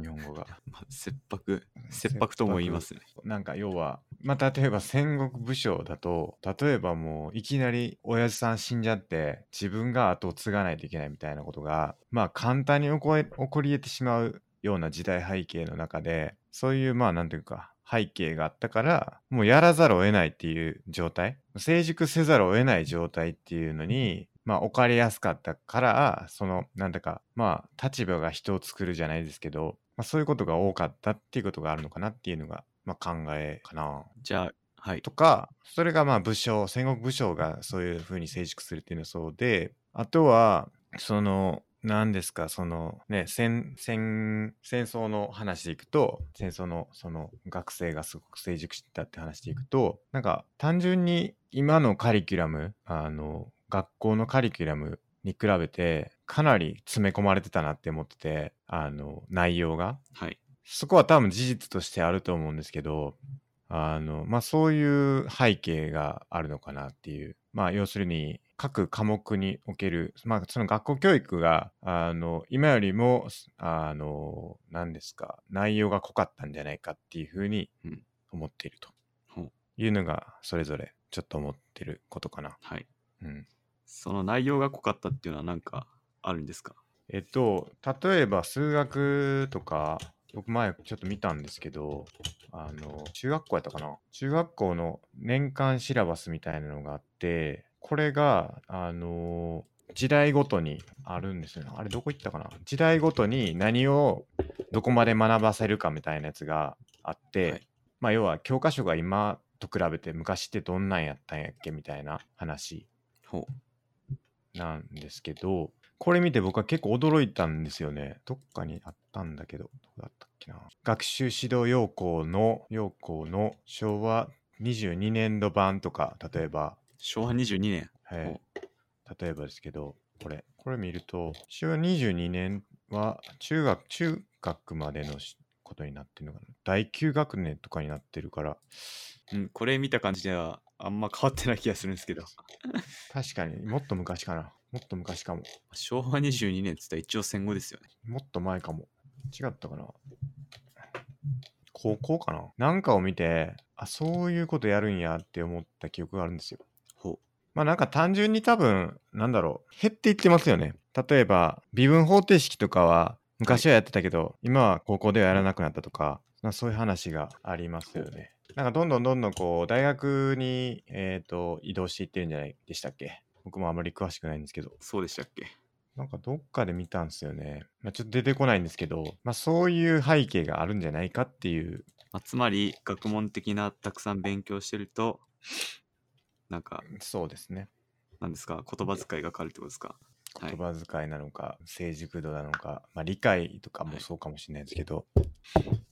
Speaker 1: 日本語が。
Speaker 2: ーまあ、切迫、切迫とも言いますね。
Speaker 1: なんか要は、まあ、例えば戦国武将だと例えばもういきなり親父さん死んじゃって自分が後を継がないといけないみたいなことがまあ簡単に起こえ起こり得てしまうような時代背景の中でそういうまあなんていうか背景があったからもうやらざるを得ないっていう状態成熟せざるを得ない状態っていうのにまあ置かれやすかったからそのなんだかまあ立場が人を作るじゃないですけど、まあ、そういうことが多かったっていうことがあるのかなっていうのが、まあ、考えかな。
Speaker 2: じゃあ、はい。
Speaker 1: とかそれがまあ武将戦国武将がそういうふうに成熟するっていうのはそうであとはその何ですかそのね戦戦戦争の話でいくと戦争のその学生がすごく成熟したって話でいくとなんか単純に今のカリキュラムあの学校のカリキュラムに比べてかなり詰め込まれてたなって思っててあの内容が
Speaker 2: はい。
Speaker 1: そこは多分事実としてあると思うんですけど、あの、まあ、そういう背景があるのかなっていう。まあ、要するに、各科目における、まあ、その学校教育が、あの、今よりも、あの、何ですか、内容が濃かったんじゃないかっていうふうに
Speaker 2: うん
Speaker 1: 思っていると。
Speaker 2: ほう
Speaker 1: いうのが、それぞれ、ちょっと思ってることかな。
Speaker 2: はい。
Speaker 1: うん。
Speaker 2: その内容が濃かったっていうのは何かあるんですか
Speaker 1: えっと、例えば数学とか、僕前ちょっと見たんですけど、あの、中学校やったかな中学校の年間シラバスみたいなのがあって、これが、あの、時代ごとにあるんですよね。あれどこ行ったかな時代ごとに何をどこまで学ばせるかみたいなやつがあって、
Speaker 2: はい
Speaker 1: まあ要は教科書が今と比べて昔ってどんなんやったんやっけみたいな話
Speaker 2: ほう。
Speaker 1: なんですけど、これ見て僕は結構驚いたんですよね。どっかにあったんだけど、どこだったっけな。学習指導要項の、要項の昭和22年度版とか、例えば、
Speaker 2: 昭和22年。
Speaker 1: えー例えばですけど、これ、これ見ると、昭和22年は中学、中学までのしことになってるのかな。第9学年とかになってるから、
Speaker 2: うん、これ見た感じではあんま変わってない気がするんですけど。
Speaker 1: 確かにもっと昔かな。もっと昔かも。
Speaker 2: 昭和22年って言ったら一応戦後ですよね。
Speaker 1: もっと前かも。違ったかな高校かななんかを見て、あ、そういうことやるんやって思った記憶があるんですよ。
Speaker 2: ほ
Speaker 1: まあなんか単純に多分、なんだろう、減っていってますよね。例えば、微分方程式とかは昔はやってたけど、今は高校ではやらなくなったとか、まあ、そういう話がありますよね。なんかどんどんどんどんこう、大学に、えっ、と、移動していってるんじゃないでしたっけ僕もあまり詳しくないんですけど。
Speaker 2: う。そうでしたっけ
Speaker 1: なんかどっかで見たんですよね。まあ、ちょっと出てこないんですけど、まあ、そういう背景があるんじゃないかっていう、
Speaker 2: まあ、つまり学問的なたくさん勉強してるとなんか
Speaker 1: そうですね。
Speaker 2: なんですか言葉遣いが変わるってことですかは
Speaker 1: 言
Speaker 2: い、
Speaker 1: 葉遣いなのか、成熟度なのか、まあ、理解とかも
Speaker 2: はい
Speaker 1: そうかもしれないですけど、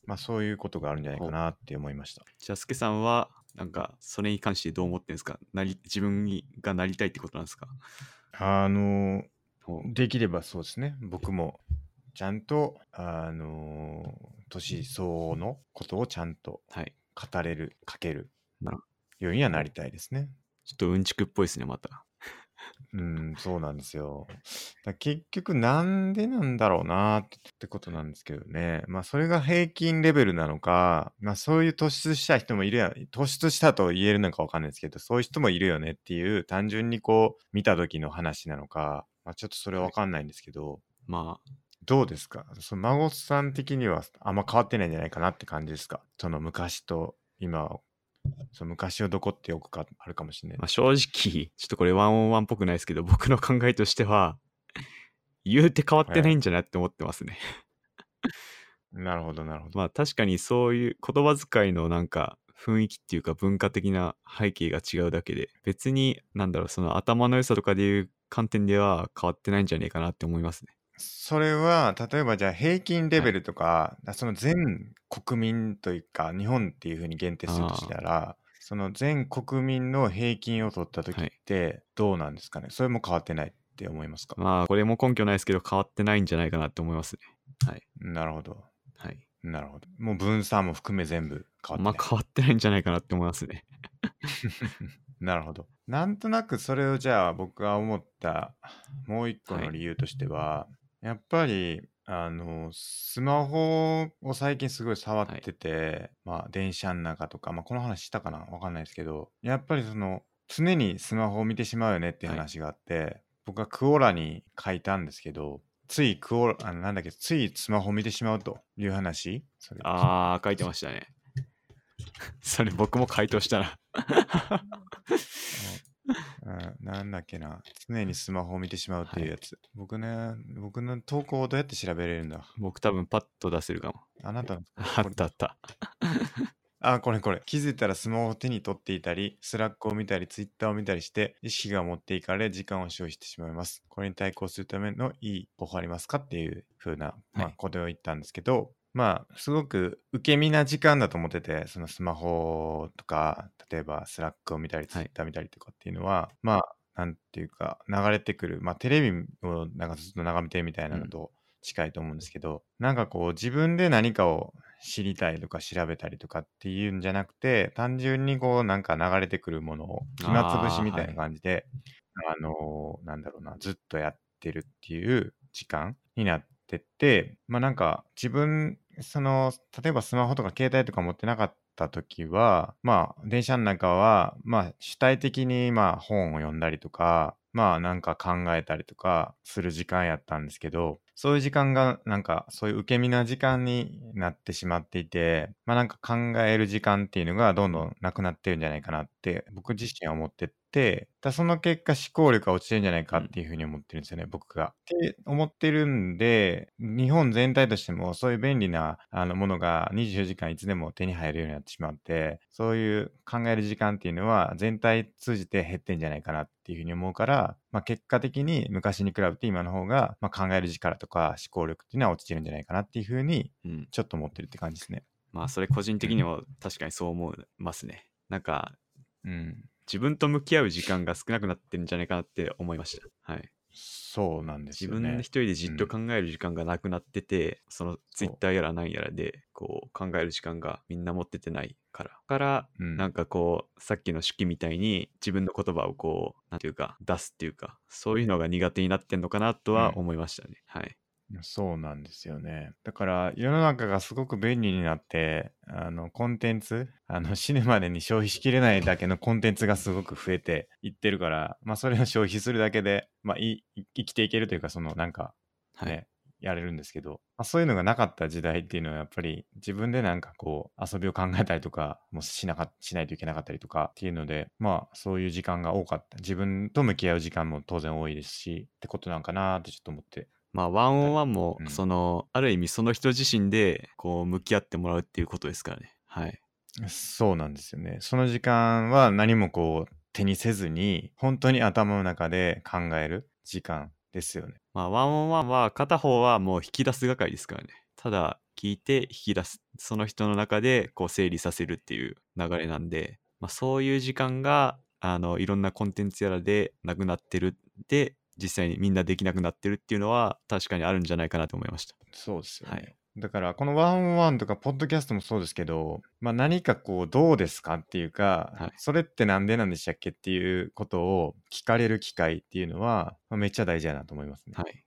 Speaker 1: まあ、そういうことがあるんじゃないかなって思いました。
Speaker 2: じゃあすけさんはなんかそれに関してどう思ってんですかなり自分にがなりたいってことなんですか
Speaker 1: あの
Speaker 2: ほう
Speaker 1: できればそうですね。僕もちゃんと、あのー年相応のことをちゃんと
Speaker 2: はい。
Speaker 1: 語れる、書ける
Speaker 2: なる
Speaker 1: ようにはなりたいですね。
Speaker 2: ちょっとうんちくっぽいですね、また。
Speaker 1: うん、そうなんですよ。だ結局なんでなんだろうなってことなんですけどね。まあそれが平均レベルなのか、まあそういう突出した人もいるやん、突出したと言えるのかわかんないですけど、そういう人もいるよねっていう単純にこう見た時の話なのか、まあちょっとそれはわかんないんですけど、
Speaker 2: まあ、
Speaker 1: どうですかその孫さん的にはあんま変わってないんじゃないかなって感じですかその昔と今を、その昔をどこって置くかあるかもしれない
Speaker 2: まあ、正直、ちょっとこれワンオンワンっぽくないですけど、僕の考えとしては、言うて変わってないんじゃないって思ってますね。
Speaker 1: なるほど、なるほど。
Speaker 2: まあ確かにそういう言葉遣いのなんか雰囲気っていうか文化的な背景が違うだけで、別になんだろう、その頭の良さとかでいう観点では変わってないんじゃねえかなって思いますね。
Speaker 1: それは例えばじゃあ平均レベルとか、その全国民というか日本っていうふうに限定するとしたらその全国民の平均を取った時ってどうなんですかね、それも変わってないって思いますか、
Speaker 2: まあこれも根拠ないですけど変わってないんじゃないかなって思いますね。
Speaker 1: なるほど
Speaker 2: はい。
Speaker 1: なるほどもう分散も含め全部変
Speaker 2: あ
Speaker 1: わってな
Speaker 2: んま
Speaker 1: い、
Speaker 2: 変わってないんじゃないかなって思いますね。
Speaker 1: なるほどなんとなくそれをじゃあ僕が思ったもう一個
Speaker 2: は
Speaker 1: の
Speaker 2: い
Speaker 1: 理由としては、やっぱりあのスマホを最近すごい触ってて、まあ電車の中とか、まあ、この話したかなわかんないですけどやっぱりその常にスマホを見てしまうよねっていう
Speaker 2: はい
Speaker 1: 話があって、僕はクオラに書いたんですけどついクオラあのなんだっけついスマホを見てしまうという話それ
Speaker 2: あー、書いてましたね。 それ僕も回答したな。
Speaker 1: うん、なんだっけな常にスマホを見てしまうっていうやつ、僕ね僕の投稿をどうやって調べれるんだ
Speaker 2: 僕多分パッと出せる かも。
Speaker 1: あなたの
Speaker 2: あったあった。
Speaker 1: あこれこれ気づいたらスマホを手に取っていたりスラックを見たりツイッターを見たりして意識が持っていかれ時間を消費してしまいますこれに対抗するためのいい方法ありますかっていう風な、ま
Speaker 2: は
Speaker 1: あ
Speaker 2: い、
Speaker 1: ことを言ったんですけど、まあすごく受け身な時間だと思っててそのスマホとか例えばスラックを見たりツイッター見たりとかっていうのは、まあなんていうか流れてくる、まあ、テレビをなんかずっと眺めてるみたいなのと近いと思うんですけど、なんかこう自分で何かを知りたいとか調べたりとかっていうんじゃなくて単純にこうなんか流れてくるものを暇つぶしみたいな感じであ,、のーなんだろうなずっとやってるっていう時間になってってまあなんか自分その例えばスマホとか携帯とか持ってなかった時はまあ電車の中はまあ主体的にまあ本を読んだりとかまあなんか考えたりとかする時間やったんですけどそういう時間がなんかそういう受け身な時間になってしまっていてまあなんか考える時間っていうのがどんどんなくなってるんじゃないかなって僕自身は思ってってだその結果思考力が落ちてるんじゃないかっていうふうに思ってるんですよね、僕が。って思ってるんで日本全体としてもそういう便利なあのものが24時間いつでも手に入るようになってしまってそういう考える時間っていうのは全体通じて減ってんじゃないかなっていうふうに思うから、まあ、結果的に昔に比べて今の方が、まあ、考える力とか思考力っていうのは落ちてるんじゃないかなっていうふうに
Speaker 2: うん。
Speaker 1: ちょっと思ってるって感じですね。
Speaker 2: まあそれ個人的にも確かにそう思いますね。なんか
Speaker 1: うん
Speaker 2: 自分と向き合う時間が少なくなってるんじゃないかなって思いました。はい。
Speaker 1: そうなんです
Speaker 2: 自
Speaker 1: よ
Speaker 2: 分
Speaker 1: ね。
Speaker 2: 一人でじっと考える時間がなくなってて、そのツイッターやらなんやらでこう考える時間がみんな持っててないから。だから
Speaker 1: うん
Speaker 2: なんかこうさっきの式みたいに自分の言葉をこうなんていうか出すっていうかそういうのが苦手になってんのかなとは思いましたね。はい。
Speaker 1: そうなんですよね。だから世の中がすごく便利になって、あのコンテンツ、あの死ぬまでに消費しきれないだけのコンテンツがすごく増えていってるから、まあそれを消費するだけで、まあいい生きていけるというか、そのなんか
Speaker 2: はい。
Speaker 1: ね、やれるんですけど、まあ、そういうのがなかった時代っていうのはやっぱり自分でなんかこう遊びを考えたりとかもうしなかしないといけなかったりとかっていうのでまあそういう時間が多かった自分と向き合う時間も当然多いですしってことなんかなーってちょっと思って
Speaker 2: まあ、ワンオンワンも
Speaker 1: う、ん
Speaker 2: その、ある意味その人自身で、こう、向き合ってもらうっていうことですからね。はい。
Speaker 1: そうなんですよね。その時間は何もこう手にせずに、本当に頭の中で考える時間ですよね。
Speaker 2: まあ、ワンオンワンは、片方はもう引き出す係ですからね。ただ、聞いて引き出す。その人の中で、こう、整理させるっていう流れなんで、まあ、そういう時間が、あの、いろんなコンテンツやらでなくなってる。で、実際にみんなできなくなってるっていうのは確かにあるんじゃないかなと思いました。
Speaker 1: そうですよね。
Speaker 2: はい
Speaker 1: だから、このワンオンワンとか、ポッドキャストもそうですけど、まあ、何かこう、どうですかっていうか、
Speaker 2: はい
Speaker 1: それってなんでなんでしたっけっていうことを聞かれる機会っていうのは、まあ、めっちゃ大事やなと思いますね、
Speaker 2: はい。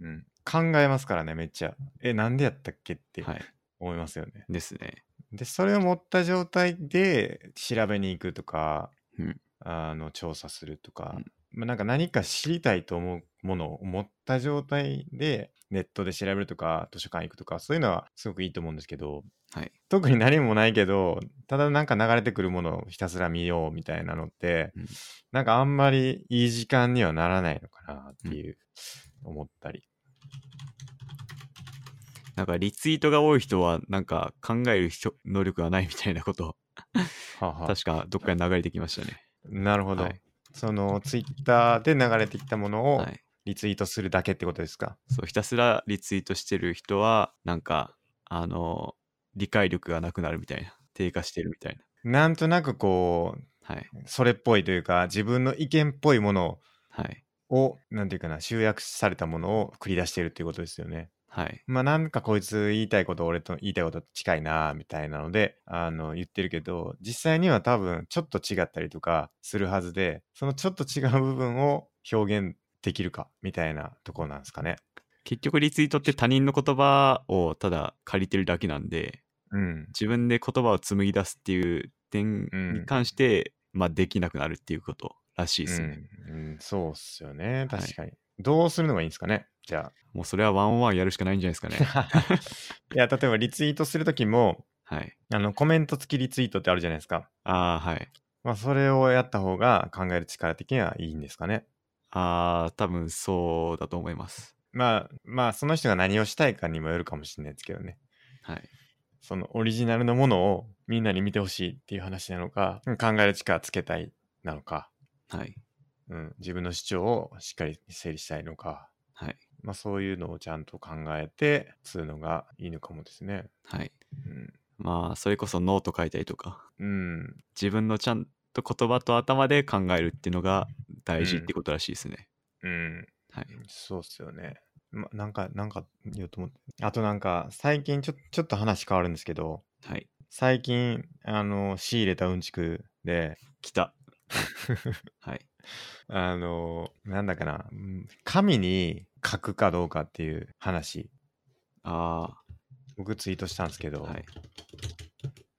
Speaker 1: うん。考えますからね、めっちゃ。え、なんでやったっけって
Speaker 2: はい。
Speaker 1: 思いますよね。
Speaker 2: ですね。
Speaker 1: で、それを持った状態で調べに行くとか、
Speaker 2: うん
Speaker 1: あの調査するとか、
Speaker 2: うん
Speaker 1: まあ、なんか何か知りたいと思うものを持った状態でネットで調べるとか図書館行くとかそういうのはすごくいいと思うんですけど
Speaker 2: はい。
Speaker 1: 特に何もないけどただなんか流れてくるものをひたすら見ようみたいなのって、
Speaker 2: うん
Speaker 1: なんかあんまりいい時間にはならないのかなっていう、思ったり
Speaker 2: なんかリツイートが多い人はなんか考える人能力がないみたいなこと
Speaker 1: はあはあ
Speaker 2: 確かどっかに流れてきましたね。
Speaker 1: なるほど、
Speaker 2: はい
Speaker 1: そのツイッターで流れてきたものを、
Speaker 2: はい。
Speaker 1: リツイートするだけってことですか
Speaker 2: そうひたすらリツイートしてる人はなんかあの理解力がなくなるみたいな低下してるみたいな
Speaker 1: なんとなくこう
Speaker 2: はい
Speaker 1: それっぽいというか自分の意見っぽいもの
Speaker 2: はい
Speaker 1: をなんていうかな集約されたものを繰り出してるっていうことですよね。
Speaker 2: はい
Speaker 1: まあなんかこいつ言いたいこと俺と言いたいこと近いなあみたいなのであの言ってるけど実際には多分ちょっと違ったりとかするはずでそのちょっと違う部分を表現できるかみたいなところなんですかね。
Speaker 2: 結局リツイートって他人の言葉をただ借りてるだけなんで
Speaker 1: うん。
Speaker 2: 自分で言葉を紡ぎ出すっていう点
Speaker 1: うん
Speaker 2: に関して、まあできなくなるっていうことらしいですね、
Speaker 1: うんうん、そうっすよね
Speaker 2: はい
Speaker 1: 確かに。どうするのがいいんですかねじゃあ。
Speaker 2: もうそれはワンオンワンやるしかないんじゃないで すかね
Speaker 1: いや、例えばリツイートするときも、
Speaker 2: はい
Speaker 1: あの、コメント付きリツイートってあるじゃないですか。
Speaker 2: ああはい
Speaker 1: まあ、それをやった方が考える力的にはいいんですかね。
Speaker 2: ああ多分そうだと思います
Speaker 1: まあ、まあ、その人が何をしたいかにもよるかもしれないですけどね。
Speaker 2: はい
Speaker 1: そのオリジナルのものをみんなに見てほしいっていう話なのか、考える力つけたいなのか、
Speaker 2: はい
Speaker 1: うん、自分の主張をしっかり整理したいのか、
Speaker 2: はい
Speaker 1: まあ、そういうのをちゃんと考えて、するのがいいのかもですね。
Speaker 2: はいまあそれこそノート書いたりとか
Speaker 1: うん。うん。
Speaker 2: 自分のちゃんと言葉と頭で考えるっていうのが大事ってことらしいですね。
Speaker 1: うん。
Speaker 2: はい。
Speaker 1: そうっすよね。ま、なんか、なんか言おうと思って。あとなんか、最近ちょ、ちょっと話変わるんですけど、
Speaker 2: はい。
Speaker 1: 最近、あの、仕入れたうんちくで、
Speaker 2: 来 た。はい。
Speaker 1: あの、なんだかな、うん紙に書くかどうかっていう話、
Speaker 2: あ
Speaker 1: 僕ツイートしたんですけ
Speaker 2: あ、
Speaker 1: ど、
Speaker 2: はい。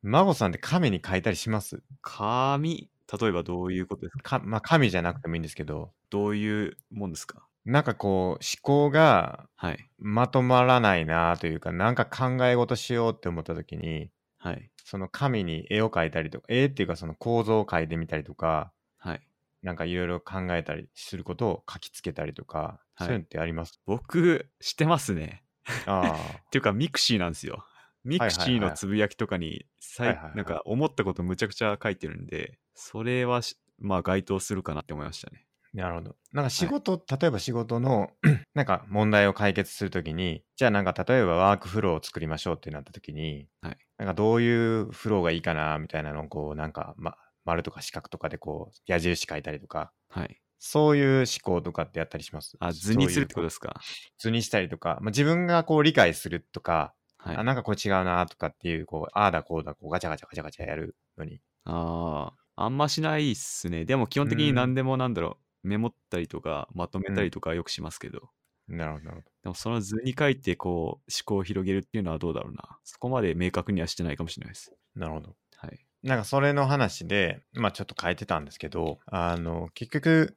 Speaker 1: 孫さんって紙に書いたりします
Speaker 2: 紙、例えばどういうことですか
Speaker 1: か、まあ、紙じゃなくてもいいんですけど、
Speaker 2: どういうもんですか
Speaker 1: なんかこう、思考が
Speaker 2: はい。
Speaker 1: まとまらないなというか、なんか考え事しようって思った時に、
Speaker 2: はい。
Speaker 1: その紙に絵を描いたりとか、絵っていうかその構造を描いてみたりとか、
Speaker 2: はい。
Speaker 1: なんかいろいろ考えたりすることを書きつけたりとか、
Speaker 2: は
Speaker 1: そ
Speaker 2: い
Speaker 1: ういうのってあり ます
Speaker 2: 僕、してますね。
Speaker 1: あ
Speaker 2: っていうか、ミクシーなんですよ。ミクシ
Speaker 1: はい
Speaker 2: ー
Speaker 1: はいはい
Speaker 2: のつぶやきとかに、さい
Speaker 1: はいはいはい
Speaker 2: なんか思ったことむちゃくちゃ書いてるんで、それはし、まあ、該当するかなって思いましたね。
Speaker 1: あ、なるほど。なんか仕事、例えば仕事の、 なんか問題を解決するときに、じゃあなんか例えばワークフローを作りましょうってなったときに、
Speaker 2: はい
Speaker 1: なんかどういうフローがいいかな、みたいなのをこう、なんか、ま、丸とか四角とかでこう、矢印書いたりとか、
Speaker 2: はい。
Speaker 1: そういう思考とかってやったりします
Speaker 2: あ、図にするってこと
Speaker 1: そういう
Speaker 2: ですか
Speaker 1: 図にしたりとか、まあ、自分がこう理解するとか、
Speaker 2: はい。
Speaker 1: あ
Speaker 2: あ
Speaker 1: なんかこれ違うなとかっていう、こう、ああだこうだ、こうガチャガチャガチャガチャやるのに。
Speaker 2: ああ、あんましないっすね。でも基本的
Speaker 1: う
Speaker 2: に
Speaker 1: ん
Speaker 2: 何でもなんだろう、メモったりとかまとめたりとかはよくしますけど、
Speaker 1: なるほど、なるほ
Speaker 2: でもその図に書いてこう思考を広げるっていうのはどうだろうな。そこまで明確にはしてないかもしれないです。
Speaker 1: ど。なるほど。
Speaker 2: はい。
Speaker 1: なんかそれの話で、まあちょっと変えてたんですけど、あの、結局、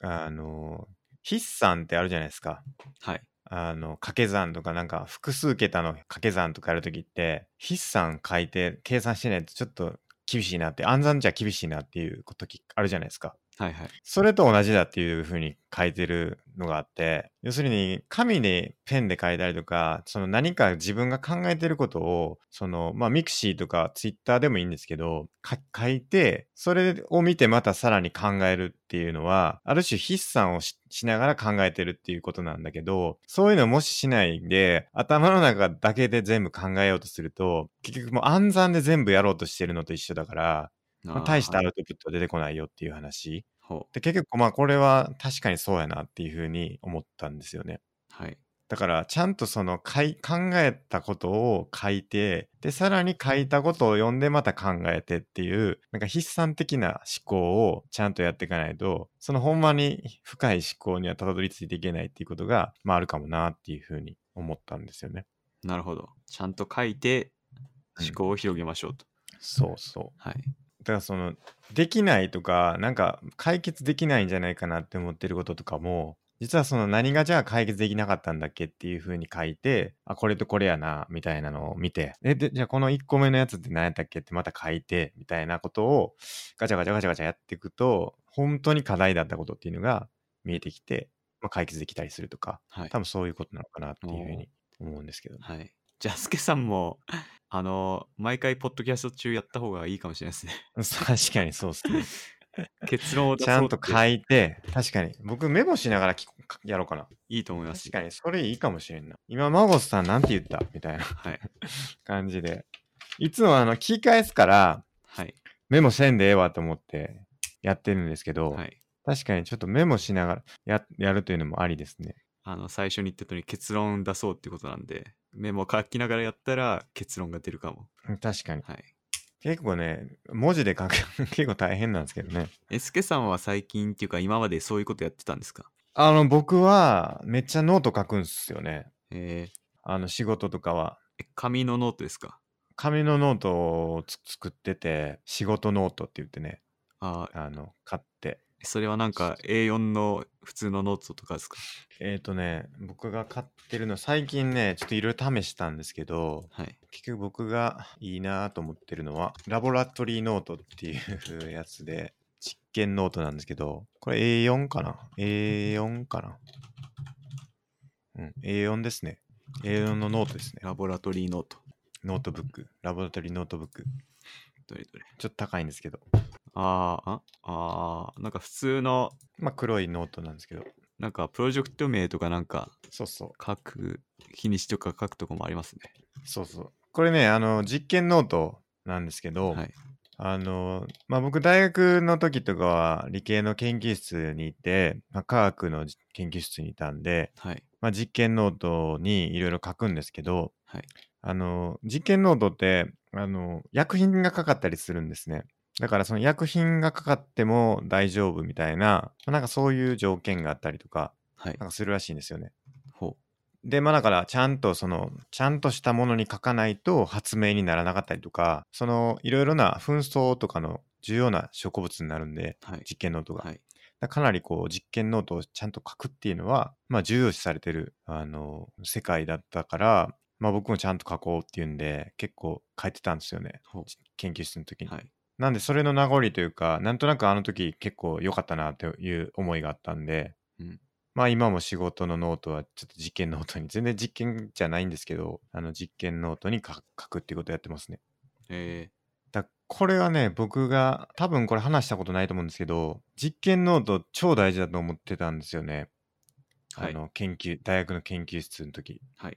Speaker 1: あの、筆算ってあるじゃないですか。
Speaker 2: はい。
Speaker 1: あの、掛け算とか、なんか複数桁の掛け算とかやるときって、筆算書いて計算してないとちょっと厳しいなって、暗算じゃ厳しいなっていう時あるじゃないですか。
Speaker 2: はいはい。
Speaker 1: それと同じだっていうふうに書いてるのがあって、要するに紙でペンで書いたりとか、その何か自分が考えてることを、その、まあ、ミクシーとかツイッターでもいいんですけど、か書いて、それを見てまたさらに考えるっていうのは、ある種筆算をししながら考えてるっていうことなんだけど、そういうのをもししないで、頭の中だけで全部考えようとすると、結局もう暗算で全部やろうとしてるのと一緒だから、まあ
Speaker 2: あー
Speaker 1: 大した
Speaker 2: は
Speaker 1: ア
Speaker 2: い
Speaker 1: ウトプットは出てこないよっていう話。
Speaker 2: ほ
Speaker 1: で、結局、まあ、これは確かにそうやなっていうふうに思ったんですよね。
Speaker 2: う。はい。
Speaker 1: だから、ちゃんとそのかい考えたことを書いて、で、さらに書いたことを読んでまた考えてっていう、なんか筆算的な思考をちゃんとやっていかないと、そのほんまに深い思考にはたどり着いていけないっていうことが、まああるかもなっていうふうに思ったんですよね。
Speaker 2: なるほど。ちゃんと書いて
Speaker 1: うん
Speaker 2: 思考を広げましょうと。
Speaker 1: そうそう。
Speaker 2: はい。
Speaker 1: だからそのできないとかなんか解決できないんじゃないかなって思ってることとかも実はその何がじゃあ解決できなかったんだっけっていう風に書いてあこれとこれやなみたいなのを見てえでじゃあこの1個目のやつって何やったっけってまた書いてみたいなことをガチャガチャガチャガチャやっていくと本当に課題だったことっていうのが見えてきて、まあ、解決できたりするとか
Speaker 2: はい
Speaker 1: 多。分そういうことなのかなっていう風に思うんですけど、ね、
Speaker 2: はい。じゃあ、スケさんも、 あの、毎回、ポッドキャスト中やった方がいいかもしれないですね。
Speaker 1: 確かに そうですね。
Speaker 2: 結論を出
Speaker 1: ち
Speaker 2: そう
Speaker 1: ゃ
Speaker 2: って
Speaker 1: んと書いて、確かに。僕メモしながら聞こかやろうかな。
Speaker 2: いいと思いま
Speaker 1: 確。
Speaker 2: す
Speaker 1: かに、それいいかもしれんな。今、マゴスさんなんて言ったみたいな
Speaker 2: はい。
Speaker 1: 感じで。いつもあの、聞き返すから、
Speaker 2: はい。
Speaker 1: メモせんでええわと思ってやってるんですけど、
Speaker 2: はい。
Speaker 1: 確かにちょっとメモしながらややるというのもありですね。
Speaker 2: あの、最初に言った通り結論出そうってことなんで、メモ書きながらやったら結論が出るかも。
Speaker 1: うん確かに。
Speaker 2: はい。
Speaker 1: 結構ね、文字で書く、 結構大変なんですけどね。
Speaker 2: え、スケさんは最近っていうか、今までそういうことやってたんですか
Speaker 1: あの、僕はめっちゃノート書くんすよね。
Speaker 2: えー
Speaker 1: あの、仕事とかは。
Speaker 2: え、紙のノートですか
Speaker 1: 紙のノートをつ作ってて仕事ノートって言ってね
Speaker 2: あー
Speaker 1: あの買って
Speaker 2: それはなんか A4 の普通のノートとかですか
Speaker 1: えっ、ー、とね僕が買ってるの最近ねちょっといろいろ試したんですけど
Speaker 2: はい。
Speaker 1: 結局僕がいいなと思ってるのはラボラトリーノートっていうやつで実験ノートなんですけどこれ A4 かな A4 かなうん A4 ですね A4 のノートですね
Speaker 2: ラボラトリーノート。
Speaker 1: ノートブックラボラトリーノートブック
Speaker 2: どれどれ
Speaker 1: ちょっと高いんですけど
Speaker 2: あーあ、あーなんか普通の、
Speaker 1: まあ黒いノートなんですけど
Speaker 2: なんかプロジェクト名とかなんか
Speaker 1: そうそう
Speaker 2: 書く、日にちとか書くとこもありますね。
Speaker 1: そうそう。これね、あの、実験ノートなんですけど、
Speaker 2: はい。
Speaker 1: あの、まあ、僕、大学の時とかは理系の研究室にいて、まあ、科学のじ研究室にいたんで、
Speaker 2: はい。
Speaker 1: まあ、実験ノートにいろいろ書くんですけど、
Speaker 2: はい
Speaker 1: あの、実験ノートって、あの、薬品がかかったりするんですね。だからその薬品がかかっても大丈夫みたいな、まあなんかそういう条件があったりとか、
Speaker 2: はい
Speaker 1: な。んかするらしいんですよね。
Speaker 2: ほ
Speaker 1: で、まあだから、ちゃんとその、ちゃんとしたものに書かないと発明にならなかったりとか、その、いろいろな紛争とかの重要な植物になるんで、
Speaker 2: う。はい。
Speaker 1: 実験ノートが。
Speaker 2: はい。
Speaker 1: だからかなりこう、実験ノートをちゃんと書くっていうのは、まあ重要視されてる、あの、世界だったから、まあ僕もちゃんと書こうっていうんで、結構書いてたんですよね。
Speaker 2: ほ
Speaker 1: 研究室の時
Speaker 2: う。
Speaker 1: に。
Speaker 2: はい。
Speaker 1: なんで、それの名残というか、なんとなくあの時結構良かったなという思いがあったんで、
Speaker 2: うん
Speaker 1: まあ今も仕事のノートはちょっと実験ノートに、全然実験じゃないんですけど、あの実験ノートに書書くっていうことやってますね。
Speaker 2: え
Speaker 1: だこれはね、僕が多分これ話したことないと思うんですけど、実験ノート超大事だと思ってたんですよね。
Speaker 2: ー、は
Speaker 1: あ
Speaker 2: い。
Speaker 1: の研究、大学の研究室の時。
Speaker 2: はい。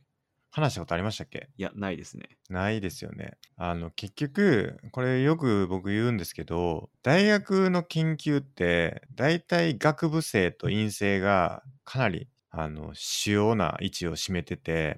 Speaker 1: 話したことありましたっけ
Speaker 2: いや、ないですね。
Speaker 1: ないですよね。あの、結局、これよく僕言うんですけど、大学の研究って、大体学部生と院生がかなり、あの、主要な位置を占めてて、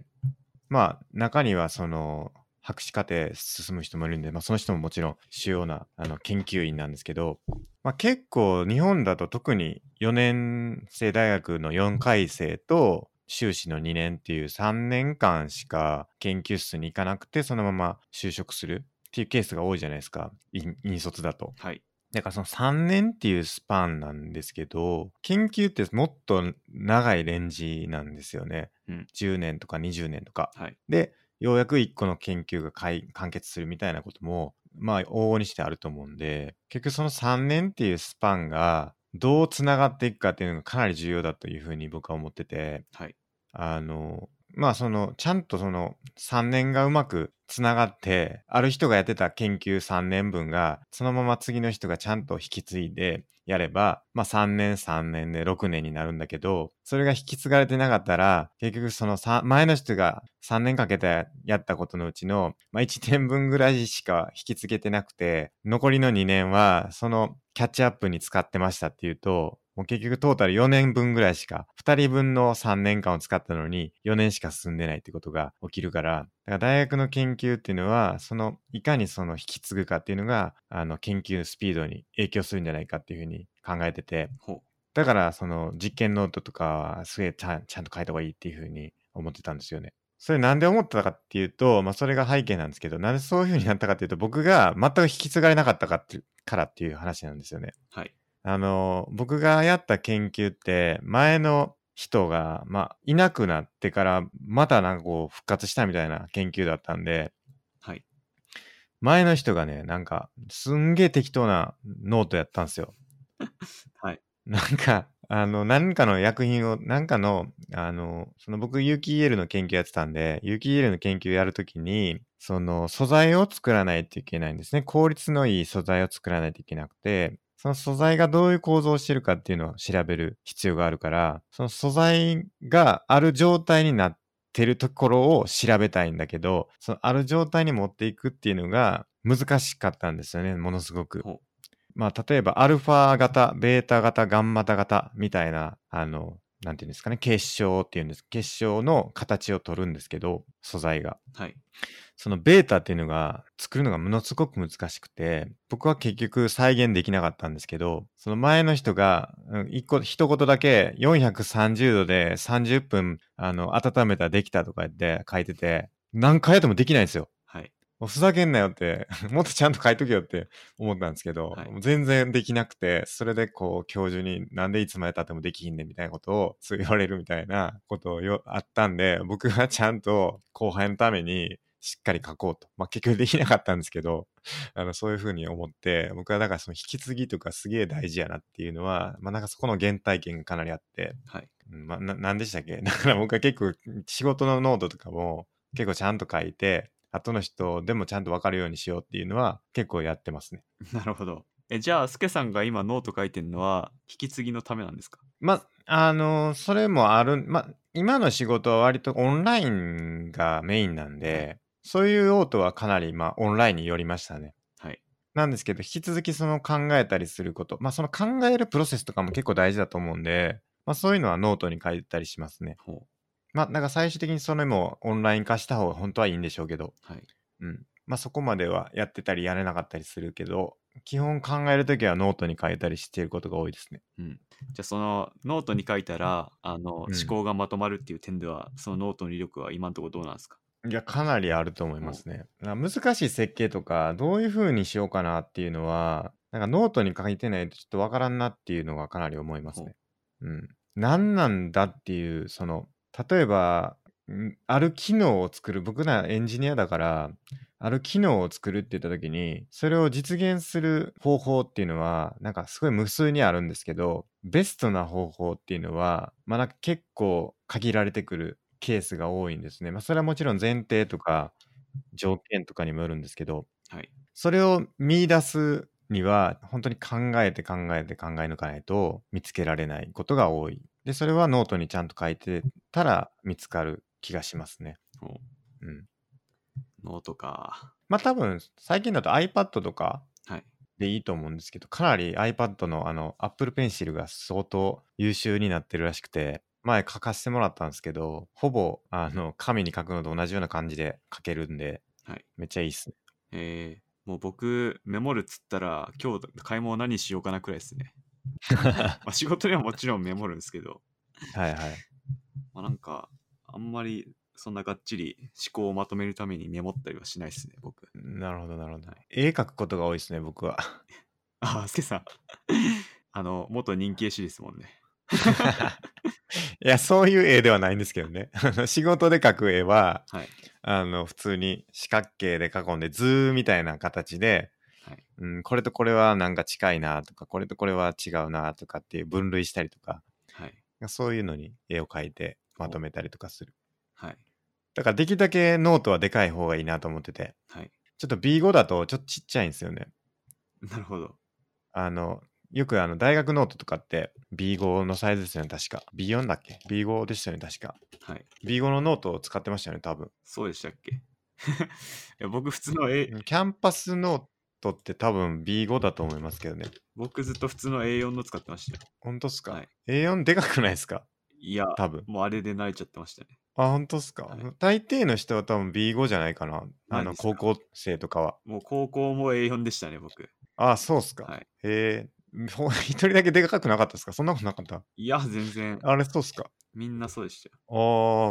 Speaker 1: まあ、中にはその、博士課程進む人もいるんで、まあ、その人ももちろん主要なあの研究員なんですけど、まあ、結構日本だと特に4年生大学の4回生と修士の2年っていう3年間しか研究室に行かなくてそのまま就職するっていうケースが多いじゃないですか引引率だと。
Speaker 2: はい。
Speaker 1: だからその3年っていうスパンなんですけど研究ってもっと長いレンジなんですよね、
Speaker 2: うん
Speaker 1: 10年とか20年とか。
Speaker 2: はい。
Speaker 1: でようやく1個の研究がかい完結するみたいなこともまあ往々にしてあると思うんで結局その3年っていうスパンがどうつながっていくかっていうのがかなり重要だというふうに僕は思ってて
Speaker 2: はい。
Speaker 1: あのまあそのちゃんとその3年がうまくつながってある人がやってた研究3年分がそのまま次の人がちゃんと引き継いでやれば、まあ3年3年で6年になるんだけど、それが引き継がれてなかったら、結局そのさ前の人が3年かけてやったことのうちの、まあ1年分ぐらいしか引き継げてなくて、残りの2年はそのキャッチアップに使ってましたっていうと、もう結局トータル4年分ぐらいしか、2人分の3年間を使ったのに4年しか進んでないってことが起きるから、だから大学の研究っていうのは、その、いかにその引き継ぐかっていうのが、あの、研究スピードに影響するんじゃないかっていうふうに考えてて、
Speaker 2: ほ
Speaker 1: だからその実験ノートとかはすげえちゃんちゃんと書いた方がいいっていうふうに思ってたんですよね。それなんで思ってたかっていうと、まあそれが背景なんですけど、なんでそういうふうになったかっていうと、僕が全く引き継がれなかったかっていうからっていう話なんですよね。
Speaker 2: はい。
Speaker 1: あの、僕がやった研究って、前の人が、まあ、いなくなってから、またなんかこう、復活したみたいな研究だったんで、
Speaker 2: はい。
Speaker 1: 前の人がね、なんか、すんげえ適当なノートやったんですよ。
Speaker 2: はい。
Speaker 1: なんか、あの、何かの薬品を、なんかの、あの、その僕、有機 EL の研究やってたんで、有機 EL の研究やるときに、その素材を作らないといけないんですね。効率のいい素材を作らないといけなくて、その素材がどういう構造をしてるかっていうのを調べる必要があるから、その素材がある状態になってるところを調べたいんだけど、そのある状態に持っていくっていうのが難しかったんですよね、ものすごく
Speaker 2: ほう。
Speaker 1: まあ、例えば、アルファ型、ベータ型、ガンマタ型みたいな、あの、なんていうんですかね、結晶っていうんです。結晶の形を取るんですけど、素材が。
Speaker 2: はい。
Speaker 1: そのベータっていうのが作るのがものすごく難しくて、僕は結局再現できなかったんですけど、その前の人が、うん一個、一言だけ430度で30分、あの、温めたらできたとか言って書いてて、何回やってもできないんですよ。
Speaker 2: はい。
Speaker 1: もうふざけんなよって、 もっとちゃんと書いとけよって思ったんですけど、
Speaker 2: はい
Speaker 1: もう全然できなくて、それでこう、教授になんでいつまで経ってもできひんねんみたいなことを、そう言われるみたいな ことをよあったんで、僕がちゃんと後輩のためにしっかり書こうと。まあ結局できなかったんですけど、 あの、そういうふうに思って、僕はだからその引き継ぎとかすげえ大事やなっていうのは、まあなんかそこの原体験がかなりあって、
Speaker 2: はい。
Speaker 1: うんまあ、ななんでしたっけ だから僕は結構仕事のノートとかも結構ちゃんと書いて後の人でもちゃんと分かるようにしようっていうのは結構やってますね。
Speaker 2: なるほど。え、じゃあ、スケさんが今ノート書いてるのは、引き継ぎのためなんですか
Speaker 1: まあ、あのそれもある、まあ、今の仕事は割とオンラインがメインなんで、そういう用途はかなり、まあ、オンラインによりましたね。
Speaker 2: はい。
Speaker 1: なんですけど、引き続きその考えたりすること、まあ、その考えるプロセスとかも結構大事だと思うんで、まあ、そういうのはノートに書いたりしますね。
Speaker 2: ほ
Speaker 1: まあ、なんか最終的にそれもオンライン化した方が本当はいいんでしょうけど、
Speaker 2: う。はい。
Speaker 1: うん。まあ、そこまではやってたりやれなかったりするけど、基本考えるときはノートに書いたりしていることが多いですね。
Speaker 2: じゃあそのノートに書いたらあの思
Speaker 1: うん
Speaker 2: 考がまとまるっていう点では、そのノートの威力は今のところどうなんですか
Speaker 1: いや、かなりあると思いますね。な難しい設計とか、どういう風にしようかなっていうのは、なんかノートに書いてないとちょっとわからんなっていうのがかなり思いますね。うん。何なんだっていう、その、例えば、んある機能を作る、僕らエンジニアだから、ある機能を作るって言った時に、それを実現する方法っていうのは、なんかすごい無数にあるんですけど、ベストな方法っていうのは、まあなんか結構限られてくるケースが多いんですね。まあそれはもちろん前提とか条件とかにもよるんですけど、
Speaker 2: はい
Speaker 1: それを見出すには、本当に考えて考えて考え抜かないと見つけられないことが多い。で、それはノートにちゃんと書いてたら見つかる気がしますね。
Speaker 2: お
Speaker 1: うん。
Speaker 2: ノートか
Speaker 1: まあ多分、最近だと iPad とか
Speaker 2: はい
Speaker 1: でいいと思うんですけど、かなり iPad のあの Apple Pencil が相当優秀になってるらしくて、前書かせてもらったんですけど、ほぼあの紙に書くのと同じような感じで書けるんで、
Speaker 2: はい
Speaker 1: めっちゃいいっすね。
Speaker 2: えー、もう僕メモるっつったら今日買い物何しようかなくらいですね、まあ、仕事にはもちろんメモるんですけど、
Speaker 1: はいはい。
Speaker 2: まあ、なんかあんまりそんながっちり思考をまとめるためにメモったりはしないですね僕
Speaker 1: なるほどなるほど
Speaker 2: はい。
Speaker 1: 絵描くことが多いですね、僕は。
Speaker 2: ああスケさん あの元人気絵師ですもんね
Speaker 1: いや、そういう絵ではないんですけどね。あの仕事で描く絵は、
Speaker 2: はい
Speaker 1: あの、普通に四角形で囲んで、図みたいな形で、
Speaker 2: はい
Speaker 1: うん、これとこれはなんか近いなとか、これとこれは違うなとかっていう分類したりとか、
Speaker 2: はい
Speaker 1: そういうのに絵を描いてまとめたりとかする。
Speaker 2: はい
Speaker 1: だからできるだけノートはでかい方がいいなと思ってて、
Speaker 2: はい
Speaker 1: ちょっと B5 だとちょっとちっちゃいんですよね。
Speaker 2: なるほど
Speaker 1: あの、よくあの大学ノートとかって B5 のサイズですよね、確か。B4 だっけ ?B5 でしたよね、確か。
Speaker 2: はい。
Speaker 1: B5 のノートを使ってましたよね、多分。
Speaker 2: そうでしたっけ いや僕普通の、A、
Speaker 1: キャンパスノートって多分 B5 だと思いますけどね。
Speaker 2: 僕ずっと普通の A4 の使ってましたよ。
Speaker 1: 本当っすか、
Speaker 2: はい
Speaker 1: ?A4 でかくないですか
Speaker 2: いや、
Speaker 1: 多分。
Speaker 2: もうあれで慣れちゃってましたね。
Speaker 1: あ、本当っすか、
Speaker 2: はい
Speaker 1: 大抵の人は多分 B5 じゃないかな。あ
Speaker 2: マジ
Speaker 1: の、
Speaker 2: っすか
Speaker 1: 高校生とかは。
Speaker 2: もう高校も A4 でしたね、僕。
Speaker 1: あ、そうっすか。
Speaker 2: はい。
Speaker 1: へえ、ほ一人だけでかくなかったですかそんなことなかった
Speaker 2: いや、全然、
Speaker 1: あれ、そうっすか
Speaker 2: みんなそうでしたよ。
Speaker 1: あ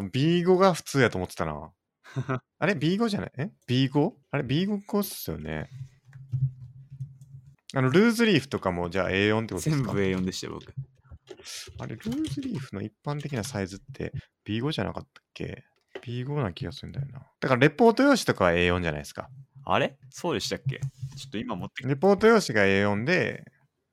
Speaker 1: ー、B5 が普通やと思ってた な。あれ ?B5 じゃないえ ?B5? あれ ?B5 こうっすよね。あの、ルーズリーフとかもじゃあ A4 ってことです
Speaker 2: 全部
Speaker 1: か
Speaker 2: A4 でしたよ、僕。
Speaker 1: あれ、ルーズリーフの一般的なサイズって B5 じゃなかったっけ ?B5 な気がするんだよな。だから、レポート用紙とかは A4 じゃないですか。
Speaker 2: あれそうでしたっけちょっと今持ってき
Speaker 1: レポート用紙が A4 で、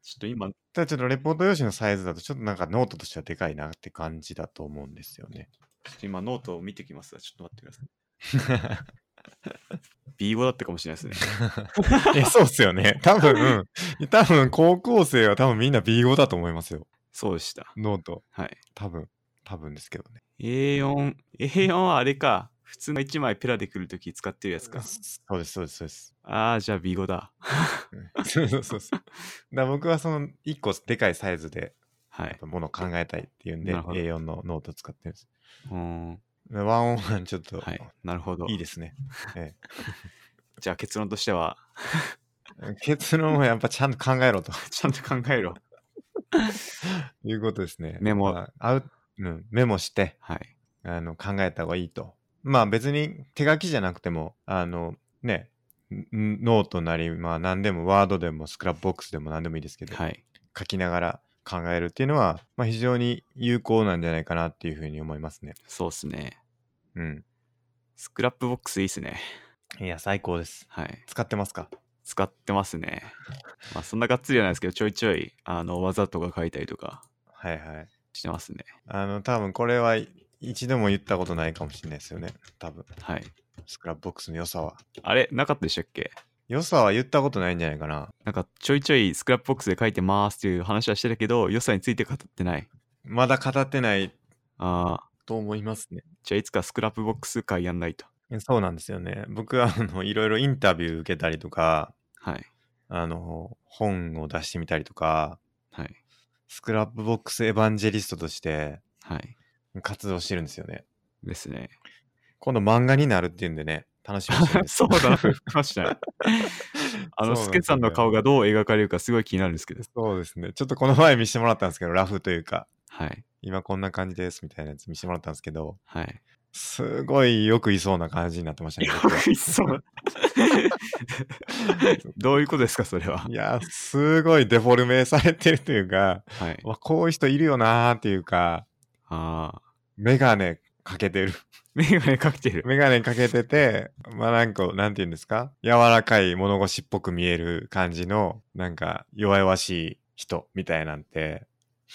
Speaker 2: ちょっと今、
Speaker 1: ただちょっとレポート用紙のサイズだと、ちょっとなんかノートとしてはでかいなって感じだと思うんですよね。
Speaker 2: ちょっと今ノートを見てきますわ。ちょっと待ってください。B5 だったかもしれないですね。
Speaker 1: え、そうっすよね。多分、うん多分高校生は多分みんな B5 だと思いますよ。
Speaker 2: そうでした。
Speaker 1: ノート。
Speaker 2: はい。
Speaker 1: 多分、多分ですけどね。
Speaker 2: A4、A4 はあれか。普通の1枚ペラでくるとき使ってるやつか。
Speaker 1: そうです、そうです、そうです。
Speaker 2: ああ、じゃあ B5 だ。
Speaker 1: うんそうそうそうそう。だから僕はその1個でかいサイズで、
Speaker 2: は
Speaker 1: やっ
Speaker 2: い。
Speaker 1: ぱ物を考えたいっていうんで、
Speaker 2: なるほど
Speaker 1: A4 のノート使ってるんです。
Speaker 2: うーん。
Speaker 1: ワンオンワンちょっと、
Speaker 2: はい
Speaker 1: い、。
Speaker 2: なるほど。
Speaker 1: いですね。え
Speaker 2: じゃあ結論としては、
Speaker 1: え、結論はやっぱちゃんと考えろと
Speaker 2: ちゃんと考えろ。
Speaker 1: いうことですね。
Speaker 2: メモ
Speaker 1: まあアウうん、メモして、
Speaker 2: はい。
Speaker 1: あの考えた方がいいと。まあ別に手書きじゃなくても、あのね、んノートなり、まあ何でも、ワードでも、スクラップボックスでも何でもいいですけど、
Speaker 2: はい。
Speaker 1: 書きながら考えるっていうのは、まあ非常に有効なんじゃないかなっていうふうに思いますね。
Speaker 2: そうっすね。
Speaker 1: うん。
Speaker 2: スクラップボックスいいっすね。
Speaker 1: いや、最高です。
Speaker 2: はい。
Speaker 1: 使ってますか
Speaker 2: 使ってますね。まあそんながっつりじゃないですけど、ちょいちょい、あの、技とか書いたりとか
Speaker 1: はいはい。
Speaker 2: してますね。
Speaker 1: あの、多分これは一度も言ったことないかもしれないですよね。多分、
Speaker 2: はい。
Speaker 1: スクラップボックスの良さは。
Speaker 2: あれなかったでしたっけ
Speaker 1: 良さは言ったことないんじゃないかな。
Speaker 2: なんかちょいちょいスクラップボックスで書いてますっていう話はしてたけど、良さについて語ってない。
Speaker 1: まだ語ってない
Speaker 2: ああ、
Speaker 1: と思いますね。
Speaker 2: じゃあいつかスクラップボックス会やんないと。
Speaker 1: そうなんですよね。僕はあのいろいろインタビュー受けたりとか、
Speaker 2: はい。
Speaker 1: あの本を出してみたりとか、
Speaker 2: はい。
Speaker 1: スクラップボックスエヴァンジェリストとして
Speaker 2: はい。
Speaker 1: 活動してるんですよね。
Speaker 2: ですね。
Speaker 1: 今度漫画になるっていうんでね、楽しみにしてるんです。
Speaker 2: そうだな、言ってましたね。あ
Speaker 1: そうなんで
Speaker 2: の、ス
Speaker 1: すよ
Speaker 2: ケさんの顔がどう描かれるかすごい気になるんですけど。
Speaker 1: そうですね。ちょっとこの前見せてもらったんですけど、ラフというか、
Speaker 2: はい。
Speaker 1: 今こんな感じですみたいなやつ見せてもらったんですけど、
Speaker 2: はい。
Speaker 1: すごいよくいそうな感じになってましたね。僕は
Speaker 2: くいそう。 どういうことですか、それは。
Speaker 1: いや、すごいデフォルメされてるというか、
Speaker 2: はい。
Speaker 1: わこういう人いるよなーっていうか、
Speaker 2: ああ。
Speaker 1: メガネかけてる。
Speaker 2: メガネかけてる。
Speaker 1: メガネかけてて、まあなんか、なんて言うんですか柔らかい物腰っぽく見える感じの、なんか弱々しい人みたいなんて、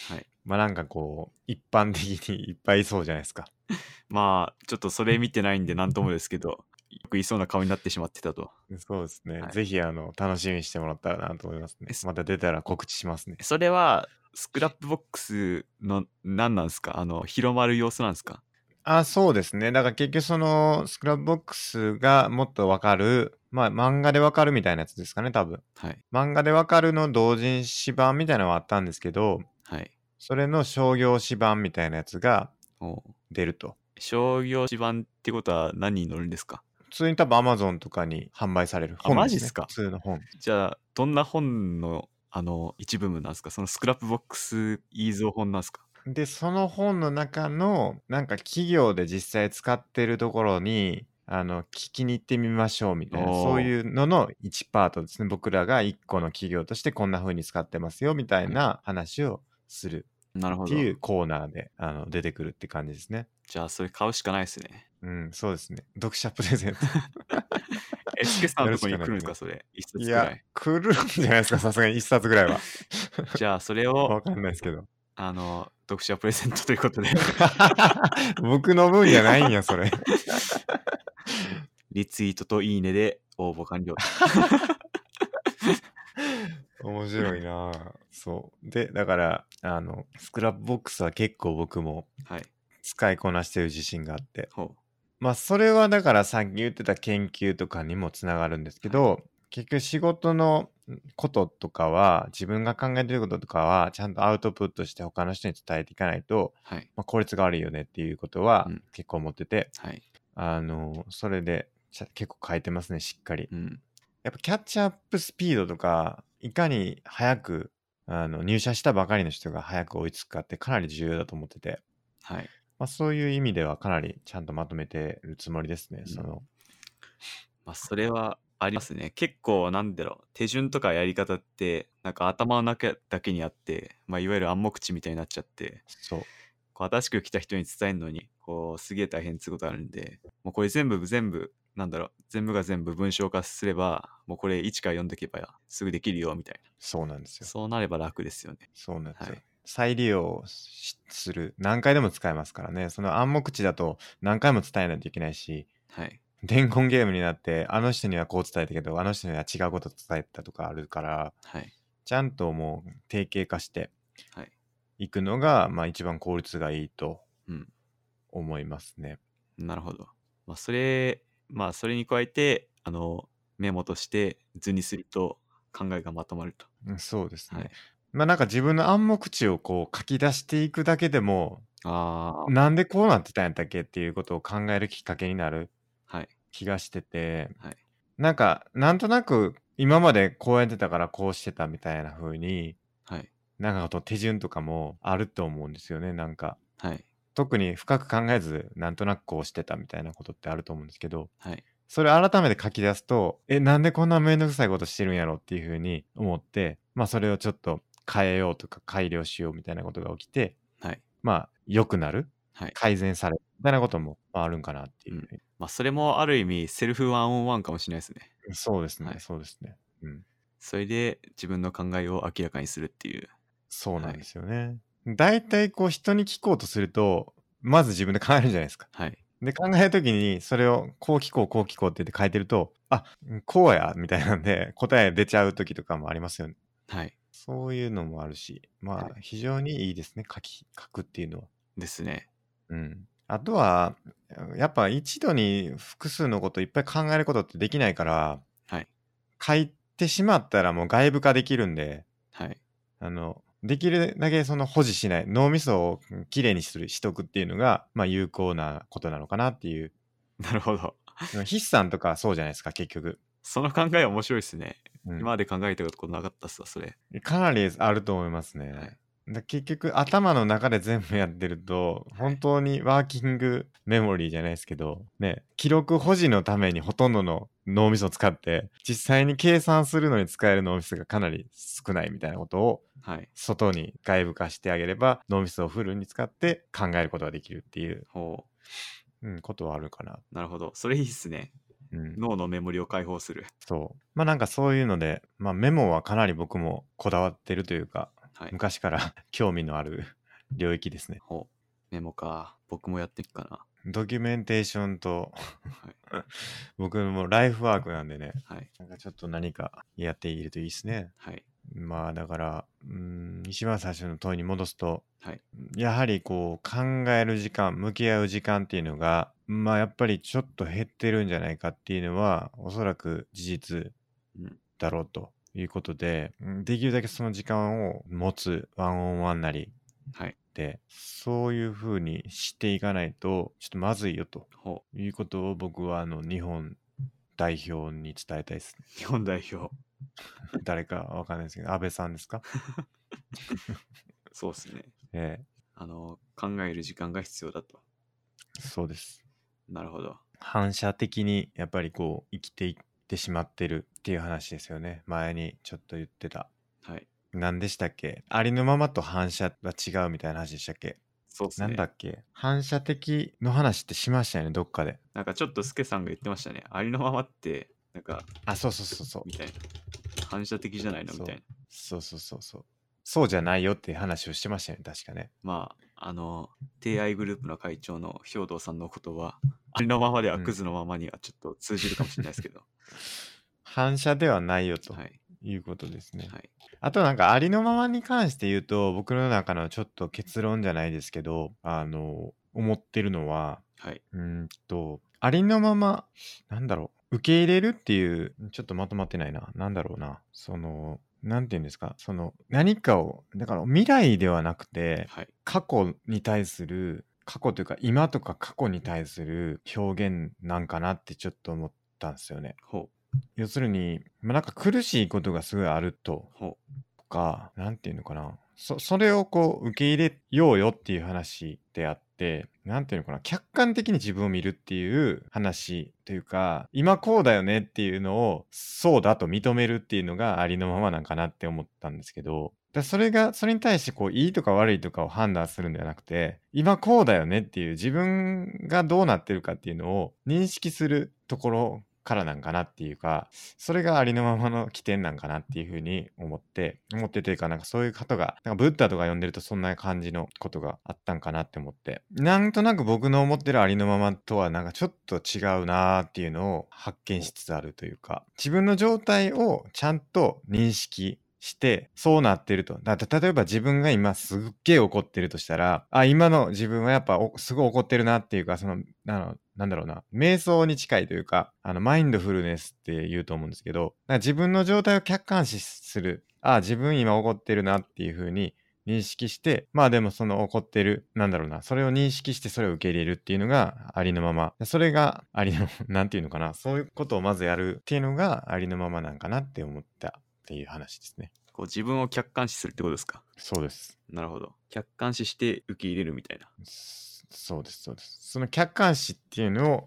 Speaker 2: はい。
Speaker 1: まあなんかこう、一般的にいっぱいいそうじゃないですか。
Speaker 2: まあ、ちょっとそれ見てないんで、なんともですけど、よくいそうな顔になってしまってたと。
Speaker 1: そうですね。
Speaker 2: はい
Speaker 1: ぜひ、あの、楽しみにしてもらったらなと思いますね
Speaker 2: え。そ
Speaker 1: また出たら告知しますね。
Speaker 2: それは、スクラップボックスの何なんですかあの、広まる様子なんですか
Speaker 1: あ、そうですね。だから結局その、スクラップボックスがもっとわかる、まあ漫画でわかるみたいなやつですかね、多分。
Speaker 2: はい。
Speaker 1: 漫画でわかるの同人誌版みたいなのはあったんですけど、
Speaker 2: はい。
Speaker 1: それの商業誌版みたいなやつが
Speaker 2: おう
Speaker 1: 出ると。
Speaker 2: 商業地盤ってことは何に乗るんですか
Speaker 1: 普通に多分 Amazon とかに販売される
Speaker 2: あ
Speaker 1: 本
Speaker 2: マジっすか
Speaker 1: 普通の本。
Speaker 2: じゃあ、どんな本の、あの、一部分なんですかそのスクラップボックスイーゾー本なんですか
Speaker 1: で、その本の中の、なんか企業で実際使ってるところに、あの、聞きに行ってみましょうみたいな、
Speaker 2: おー
Speaker 1: そういうのの1パートですね。僕らが1個の企業としてこんな風に使ってますよみたいな話をする
Speaker 2: なるほ
Speaker 1: って
Speaker 2: ど。
Speaker 1: いうコーナーであの出てくるって感じですね。
Speaker 2: じゃあ、それ買うしかないですね。
Speaker 1: うん、そうですね。読者プレゼント。
Speaker 2: え、スケさんのとこに
Speaker 1: やるしかない
Speaker 2: 来るんですかそれ。一冊
Speaker 1: い
Speaker 2: くら
Speaker 1: や
Speaker 2: い。、
Speaker 1: 来るんじゃないですか、さすがに1冊ぐらいは。
Speaker 2: じゃあ、それ
Speaker 1: わ
Speaker 2: を、
Speaker 1: かんないですけど。
Speaker 2: あの、読者プレゼントということで、
Speaker 1: 僕の分じゃないんや、それ。
Speaker 2: リツイートといいねで応募完了。
Speaker 1: 面白いなぁそう。で、だから、あの、スクラップボックスは結構僕も
Speaker 2: はい。
Speaker 1: 使いこなしてる自信があって。
Speaker 2: ほ
Speaker 1: まあ、それはだからさっき言ってた研究とかにもつながるんですけど、結局仕事のこととかは、自分が考えてることとかは、ちゃんとアウトプットして他の人に伝えていかないと、
Speaker 2: う。はい。
Speaker 1: まあ、効率が悪いよねっていうことは
Speaker 2: うん
Speaker 1: 結構思ってて、
Speaker 2: はい。
Speaker 1: あの、それでちゃ結構変えてますね、しっかり。
Speaker 2: うん。
Speaker 1: やっぱキャッチアップスピードとか、いかに早くあの入社したばかりの人が早く追いつくかってかなり重要だと思ってて、
Speaker 2: はい。
Speaker 1: まあ、そういう意味ではかなりちゃんとまとめてるつもりですね。
Speaker 2: ん
Speaker 1: その
Speaker 2: まあ、それはありますね。結構、なんだろう、手順とかやり方って、なんか頭の中だけにあって、まあ、いわゆる暗黙知みたいになっちゃって、
Speaker 1: そう
Speaker 2: こう新しく来た人に伝えるのに、こう、すげえ大変ってことあるんで、もうこれ全部、全部、なんだろう、全部が全部文章化すれば、もうこれ1から読んでけばすぐできるよ、みたい
Speaker 1: そうなんです
Speaker 2: な。
Speaker 1: よ。
Speaker 2: そうなれば楽ですよね。
Speaker 1: そうなんですよ。
Speaker 2: はい
Speaker 1: 再利用しする。何回でも使えますからね。その暗黙知だと何回も伝えないといけないし、
Speaker 2: はい。
Speaker 1: 伝言ゲームになって、あの人にはこう伝えたけど、あの人には違うこと伝えたとかあるから、
Speaker 2: はい。
Speaker 1: ちゃんともう定型化して
Speaker 2: はい
Speaker 1: いくのが、まあ一番効率がいいと
Speaker 2: うん
Speaker 1: 思いますね。
Speaker 2: なるほど。まあ、それ、まあ、それに加えて、あの、メモとして図にすると考えがまとまると。
Speaker 1: うんそうですね。
Speaker 2: はい。
Speaker 1: まあなんか自分の暗黙知をこう書き出していくだけでも、
Speaker 2: あ
Speaker 1: なんでこうなってたんやったっけっていうことを考えるきっかけになる
Speaker 2: あ、はい。
Speaker 1: 気がしてて、
Speaker 2: はい
Speaker 1: なんかなんとなく今までこうやってたからこうしてたみたいな風に
Speaker 2: はい。
Speaker 1: なんかこう手順とかもあると思うんですよねなんか
Speaker 2: はい。
Speaker 1: 特に深く考えずなんとなくこうしてたみたいなことってあると思うんですけど
Speaker 2: はい。
Speaker 1: それ改めて書き出すとえなんでこんなめんどくさいことしてるんやろっていう風に思ってまあそれをちょっと変えようとか改良しようみたいなことが起きて
Speaker 2: はい。
Speaker 1: まあ良くなる
Speaker 2: はい。
Speaker 1: 改善されるみたいなこともまああるんかなっていうふうに
Speaker 2: まあ、それもある意味、セルフワンオンワンかもしれないですね。
Speaker 1: そうですね、
Speaker 2: はい
Speaker 1: そうですね。うん。
Speaker 2: それで自分の考えを明らかにするっていう。
Speaker 1: そうな
Speaker 2: は
Speaker 1: ん
Speaker 2: い
Speaker 1: ですよね。大体こう人に聞こうとすると、まず自分で考えるじゃないですか。
Speaker 2: はい。
Speaker 1: で、考えるときにそれをこう聞こう、こう聞こうって言って書いてると、あ、こうや、みたいなんで答え出ちゃうときとかもありますよね。
Speaker 2: はい。
Speaker 1: そういうのもあるし、ま
Speaker 2: は
Speaker 1: あ非常にいいですね、書き、書くっていうのは。
Speaker 2: ですね。
Speaker 1: うん。あとは、やっぱ一度に複数のこといっぱい考えることってできないから、
Speaker 2: はい。
Speaker 1: 書いてしまったらもう外部化できるんで、
Speaker 2: はい。
Speaker 1: あの、できるだけその保持しない、脳みそをうんきれいにする、しとくっていうのが、まあ有効なことなのかなっていう。
Speaker 2: なるほど。
Speaker 1: でも筆算とかそうじゃないですか、結局。
Speaker 2: その考え面白いですね。
Speaker 1: うん
Speaker 2: 今まで考えたことなかったっすわ、それ。
Speaker 1: かなりあると思いますね。
Speaker 2: はい
Speaker 1: だ結局、頭の中で全部やってると、本当にワーキングメモリーじゃないですけど、ね、記録保持のためにほとんどの脳みそを使って、実際に計算するのに使える脳みそがかなり少ないみたいなことを
Speaker 2: はい。
Speaker 1: 外に外部化してあげれば脳みそをフルに使って考えることができるっていう、
Speaker 2: ほ
Speaker 1: うん、ことはあるかな。
Speaker 2: う。なるほど。それいいっすね。
Speaker 1: うん、
Speaker 2: 脳のメモリを解放する。
Speaker 1: そう。まあなんかそういうので、まあメモはかなり僕もこだわってるというか、
Speaker 2: はい。
Speaker 1: 昔から 興味のある領域ですね。
Speaker 2: ほう。メモか。僕もやっていくか
Speaker 1: ドキュメンテーションと
Speaker 2: な。はい。
Speaker 1: 僕もライフワークなんでね、
Speaker 2: はい。
Speaker 1: なんかちょっと何かやっているといいですね。
Speaker 2: はい。
Speaker 1: まあだから、うん、一番最初の問いに戻すと、
Speaker 2: はい
Speaker 1: やはりこう考える時間、向き合う時間っていうのが、まあやっぱりちょっと減ってるんじゃないかっていうのは、おそらく事実
Speaker 2: うん
Speaker 1: だろうということで、うんできるだけその時間を持つワンオンワンなり
Speaker 2: はい。
Speaker 1: で、そういうふうにしていかないと、ちょっとまずいよと
Speaker 2: ほ
Speaker 1: いうことを僕はあの日本代表に伝えたいですね。
Speaker 2: う。日本代表。
Speaker 1: 誰かわかんないですけど、安倍さんですか、
Speaker 2: そうですね。
Speaker 1: え
Speaker 2: あの、考える時間が必要だと。
Speaker 1: えそうです。
Speaker 2: なるほど。
Speaker 1: 反射的にやっぱりこう生きていってしまってるっていう話ですよね前にちょっと言ってた
Speaker 2: はい。
Speaker 1: 何でしたっけありのままと反射は違うみたいな話でしたっけ、
Speaker 2: そうですね。
Speaker 1: なんだっけ反射的の話ってしましたよねどっかで
Speaker 2: なんかちょっとスケさんが言ってましたね。ありのままって、なんか、
Speaker 1: あそうそうそうそう
Speaker 2: みたいな。反射的じゃないの
Speaker 1: そう
Speaker 2: みたいな。
Speaker 1: そうそうそうそうそうじゃないよっていう話をしてましたよね確かね
Speaker 2: まあ、あの、提愛グループの会長の兵藤さんの言葉、ありのままでは
Speaker 1: うん
Speaker 2: クズのままにはちょっと通じるかもしれないですけど。
Speaker 1: 反射ではないよと
Speaker 2: はい。
Speaker 1: いうことですね。
Speaker 2: はい。
Speaker 1: あとなんかありのままに関して言うと、僕の中のちょっと結論じゃないですけど、あの、思ってるのは、
Speaker 2: はい。
Speaker 1: うーんと、ありのまま、なんだろう、受け入れるっていう、ちょっとまとまってないな。なんだろうな。その、なんて言うんですか、その、何かを、だから未来ではなくて、
Speaker 2: はい。
Speaker 1: 過去に対する、過去というか今とか過去に対する表現なんかなってちょっと思ったんですよね。
Speaker 2: ほ
Speaker 1: 要するに、まあなんか苦しいことがすごいあると
Speaker 2: う。ほ
Speaker 1: とか、なんていうのかな。そ、それをこう受け入れようよっていう話であって、なんていうのかな。客観的に自分を見るっていう話というか、今こうだよねっていうのを、そうだと認めるっていうのがありのままなんかなって思ったんですけど、だそれが、それに対してこう、いいとか悪いとかを判断するんではなくて、今こうだよねっていう自分がどうなってるかっていうのを認識するところからなんかなっていうか、それがありのままの起点なんかなっていうふうに思って、思ってというか、なんかそういう方が、なんかブッダとか呼んでるとそんな感じのことがあったんかなって思って、なんとなく僕の思ってるありのままとはなんかちょっと違うなーっていうのを発見しつつあるというか、自分の状態をちゃんと認識して、そうなってると。だって例えば自分が今すっげえ怒ってるとしたら、あ、今の自分はやっぱおすごい怒ってるなっていうか、その、あの、なんだろうな、瞑想に近いというか、あの、マインドフルネスって言うと思うんですけど、なんか自分の状態を客観視する。あ、自分今怒ってるなっていうふうに認識して、まあでもその怒ってる、なんだろうな、それを認識してそれを受け入れるっていうのがありのまま。それがありの、 なんていうのかな、そういうことをまずやるっていうのがありのままなんかなって思ったっていう話ですね。
Speaker 2: う。こう自分を客観視するってことですか
Speaker 1: そうです。
Speaker 2: なるほど。客観視して受け入れるみたいな。
Speaker 1: そそうです、そうです。その客観視っていうのを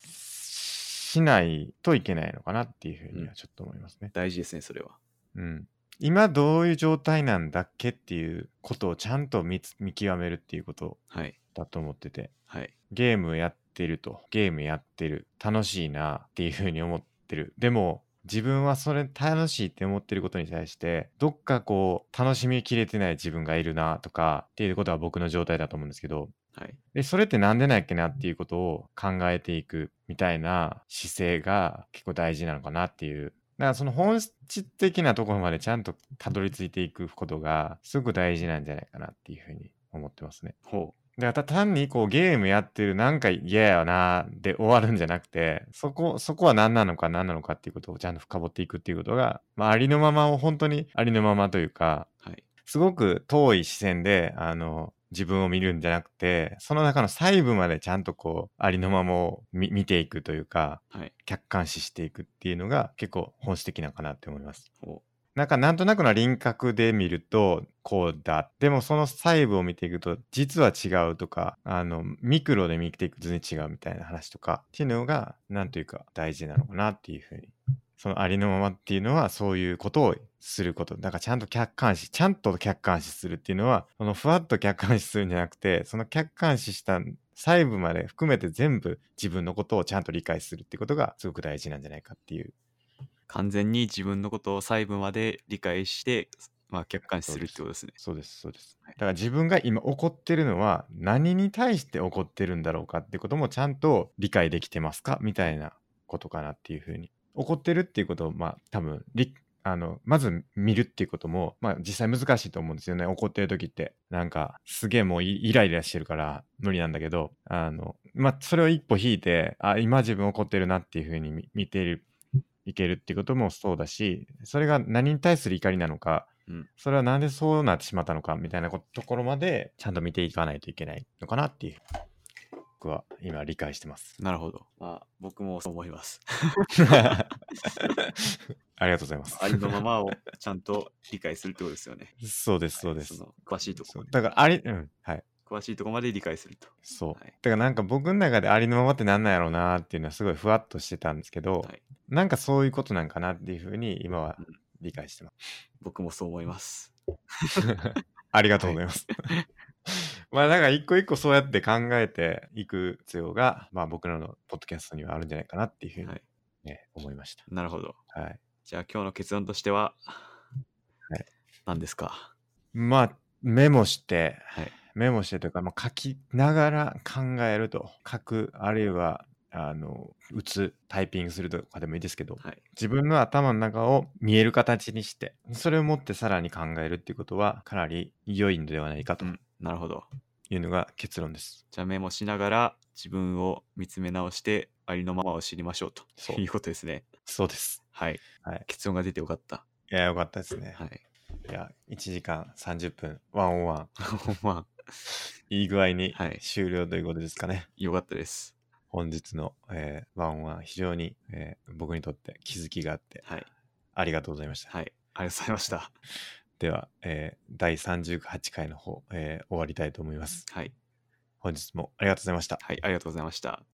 Speaker 1: しないといけないのかなっていうふうにはちょっと思いますね。
Speaker 2: 大事ですね、それは。
Speaker 1: うん。今どういう状態なんだっけっていうことをちゃんと見つ見極めるっていうこと
Speaker 2: はい。
Speaker 1: だと思ってて、
Speaker 2: はい。
Speaker 1: ゲームやってると、ゲームやってる、楽しいなっていうふうに思ってる。でも、自分はそれ楽しいって思ってることに対して、どっかこう、楽しみきれてない自分がいるなとかっていうことは僕の状態だと思うんですけど、
Speaker 2: はい。
Speaker 1: で、それってなんでなんやっけなっていうことを考えていくみたいな姿勢が結構大事なのかなっていう。だからその本質的なところまでちゃんとたどり着いていくことがすごく大事なんじゃないかなっていうふうに思ってますね。
Speaker 2: ほ
Speaker 1: だからた単にこうゲームやってるなんか嫌やなーで終わるんじゃなくて、そこ、そこは何なのか何なのかっていうことをちゃんと深掘っていくっていうことが、まあありのままを本当にありのままというか、
Speaker 2: う。はい。
Speaker 1: すごく遠い視線で、あの、自分を見るんじゃなくて、その中の細部までちゃんとこう、ありのままを見見ていくというか、
Speaker 2: はい。
Speaker 1: 客観視していくっていうのが結構本質的なのかなって思います。
Speaker 2: ほ
Speaker 1: なんかなんとなくの輪郭で見るとこうだ。でもその細部を見ていくと実は違うとか、あの、ミクロで見ていくと全然違うみたいな話とかっていうのがなんというか大事なのかなっていうふうに。そのありのままっていうのはそういうことをすること。だからちゃんと客観視、ちゃんと客観視するっていうのは、そのふわっと客観視するんじゃなくて、その客観視した細部まで含めて全部自分のことをちゃんと理解するってことがすごく大事なんじゃないかっていう
Speaker 2: う。完全に自分のことを細部まで理解して、まあ、客観視するってことですね。
Speaker 1: そうです、そうです。
Speaker 2: はい
Speaker 1: だから自分が今怒ってるのは何に対して怒ってるんだろうかってこともちゃんと理解できてますかみたいなことかなっていうふうに。怒ってるっていうことを、まあ多分、りあの、まず見るっていうことも、まあ実際難しいと思うんですよね。怒ってる時って。なんか、すげえもうイイライラしてるから無理なんだけど、あの、まあそれを一歩引いて、あ、今自分怒ってるなっていうふうに見見ている。いけるっていうこともそうだし、それが何に対する怒りなのか、それはなんでそうなってしまったのかみたいなこところまでちゃんと見ていかないといけないのかなっていう僕は今理解してます。
Speaker 2: なるほど。まあ、僕もそう思い ます。
Speaker 1: ありがとうございます。
Speaker 2: ありのままをちゃんと理解するってことですよね。
Speaker 1: そうですそうです。
Speaker 2: その詳しいとこ
Speaker 1: そ
Speaker 2: ま
Speaker 1: う
Speaker 2: で。
Speaker 1: だからあり、うん、はい。
Speaker 2: 詳しいとこまで理解すると。
Speaker 1: そう。
Speaker 2: はい
Speaker 1: だからなんか僕の中でありのままってなんなんやろうなっていうのはすごいふわっとしてたんですけど、
Speaker 2: はい
Speaker 1: なんかそういうことなんかなっていうふうに今は
Speaker 2: うん
Speaker 1: 理解してます。
Speaker 2: 僕もそう思います。
Speaker 1: ありがとうございます。 まあなんか一個一個そうやって考えていく必要が、まあ僕らのポッドキャストにはあるんじゃないかなっていうふうに、
Speaker 2: はい
Speaker 1: ね思いました。
Speaker 2: なるほど。
Speaker 1: はい。
Speaker 2: じゃあ今日の結論としては、
Speaker 1: い
Speaker 2: 何ですか
Speaker 1: まあメモして、
Speaker 2: はい
Speaker 1: メモしてというか、まあ、書きながら考えると。書く、あるいはあの打つタイピングするとかでもいいですけど
Speaker 2: はい。
Speaker 1: 自分の頭の中を見える形にしてそれを持ってさらに考えるっていうことはかなり良いのではないか
Speaker 2: う
Speaker 1: と
Speaker 2: ん。なるほど。
Speaker 1: いうのが結論です。
Speaker 2: じゃあメモしながら自分を見つめ直してありのままを知りましょうと
Speaker 1: そう
Speaker 2: いうことですね。
Speaker 1: そうです。
Speaker 2: はい。
Speaker 1: はい
Speaker 2: 結論が出てよかった。
Speaker 1: いやよかったですね。
Speaker 2: はい。
Speaker 1: いや1時間30分ワンオンワン
Speaker 2: ほん ま
Speaker 1: いい具合に
Speaker 2: はい
Speaker 1: 終了ということですかね。
Speaker 2: よかったです。
Speaker 1: 本日の、えーワンオンワン非常に、えー僕にとって気づきがあって
Speaker 2: はい。
Speaker 1: ありがとうございました。
Speaker 2: はい。ありがとうございました。
Speaker 1: では、えー第38回の方、えー終わりたいと思います。
Speaker 2: はい。
Speaker 1: 本日もありがとうございました。
Speaker 2: はい。ありがとうございました。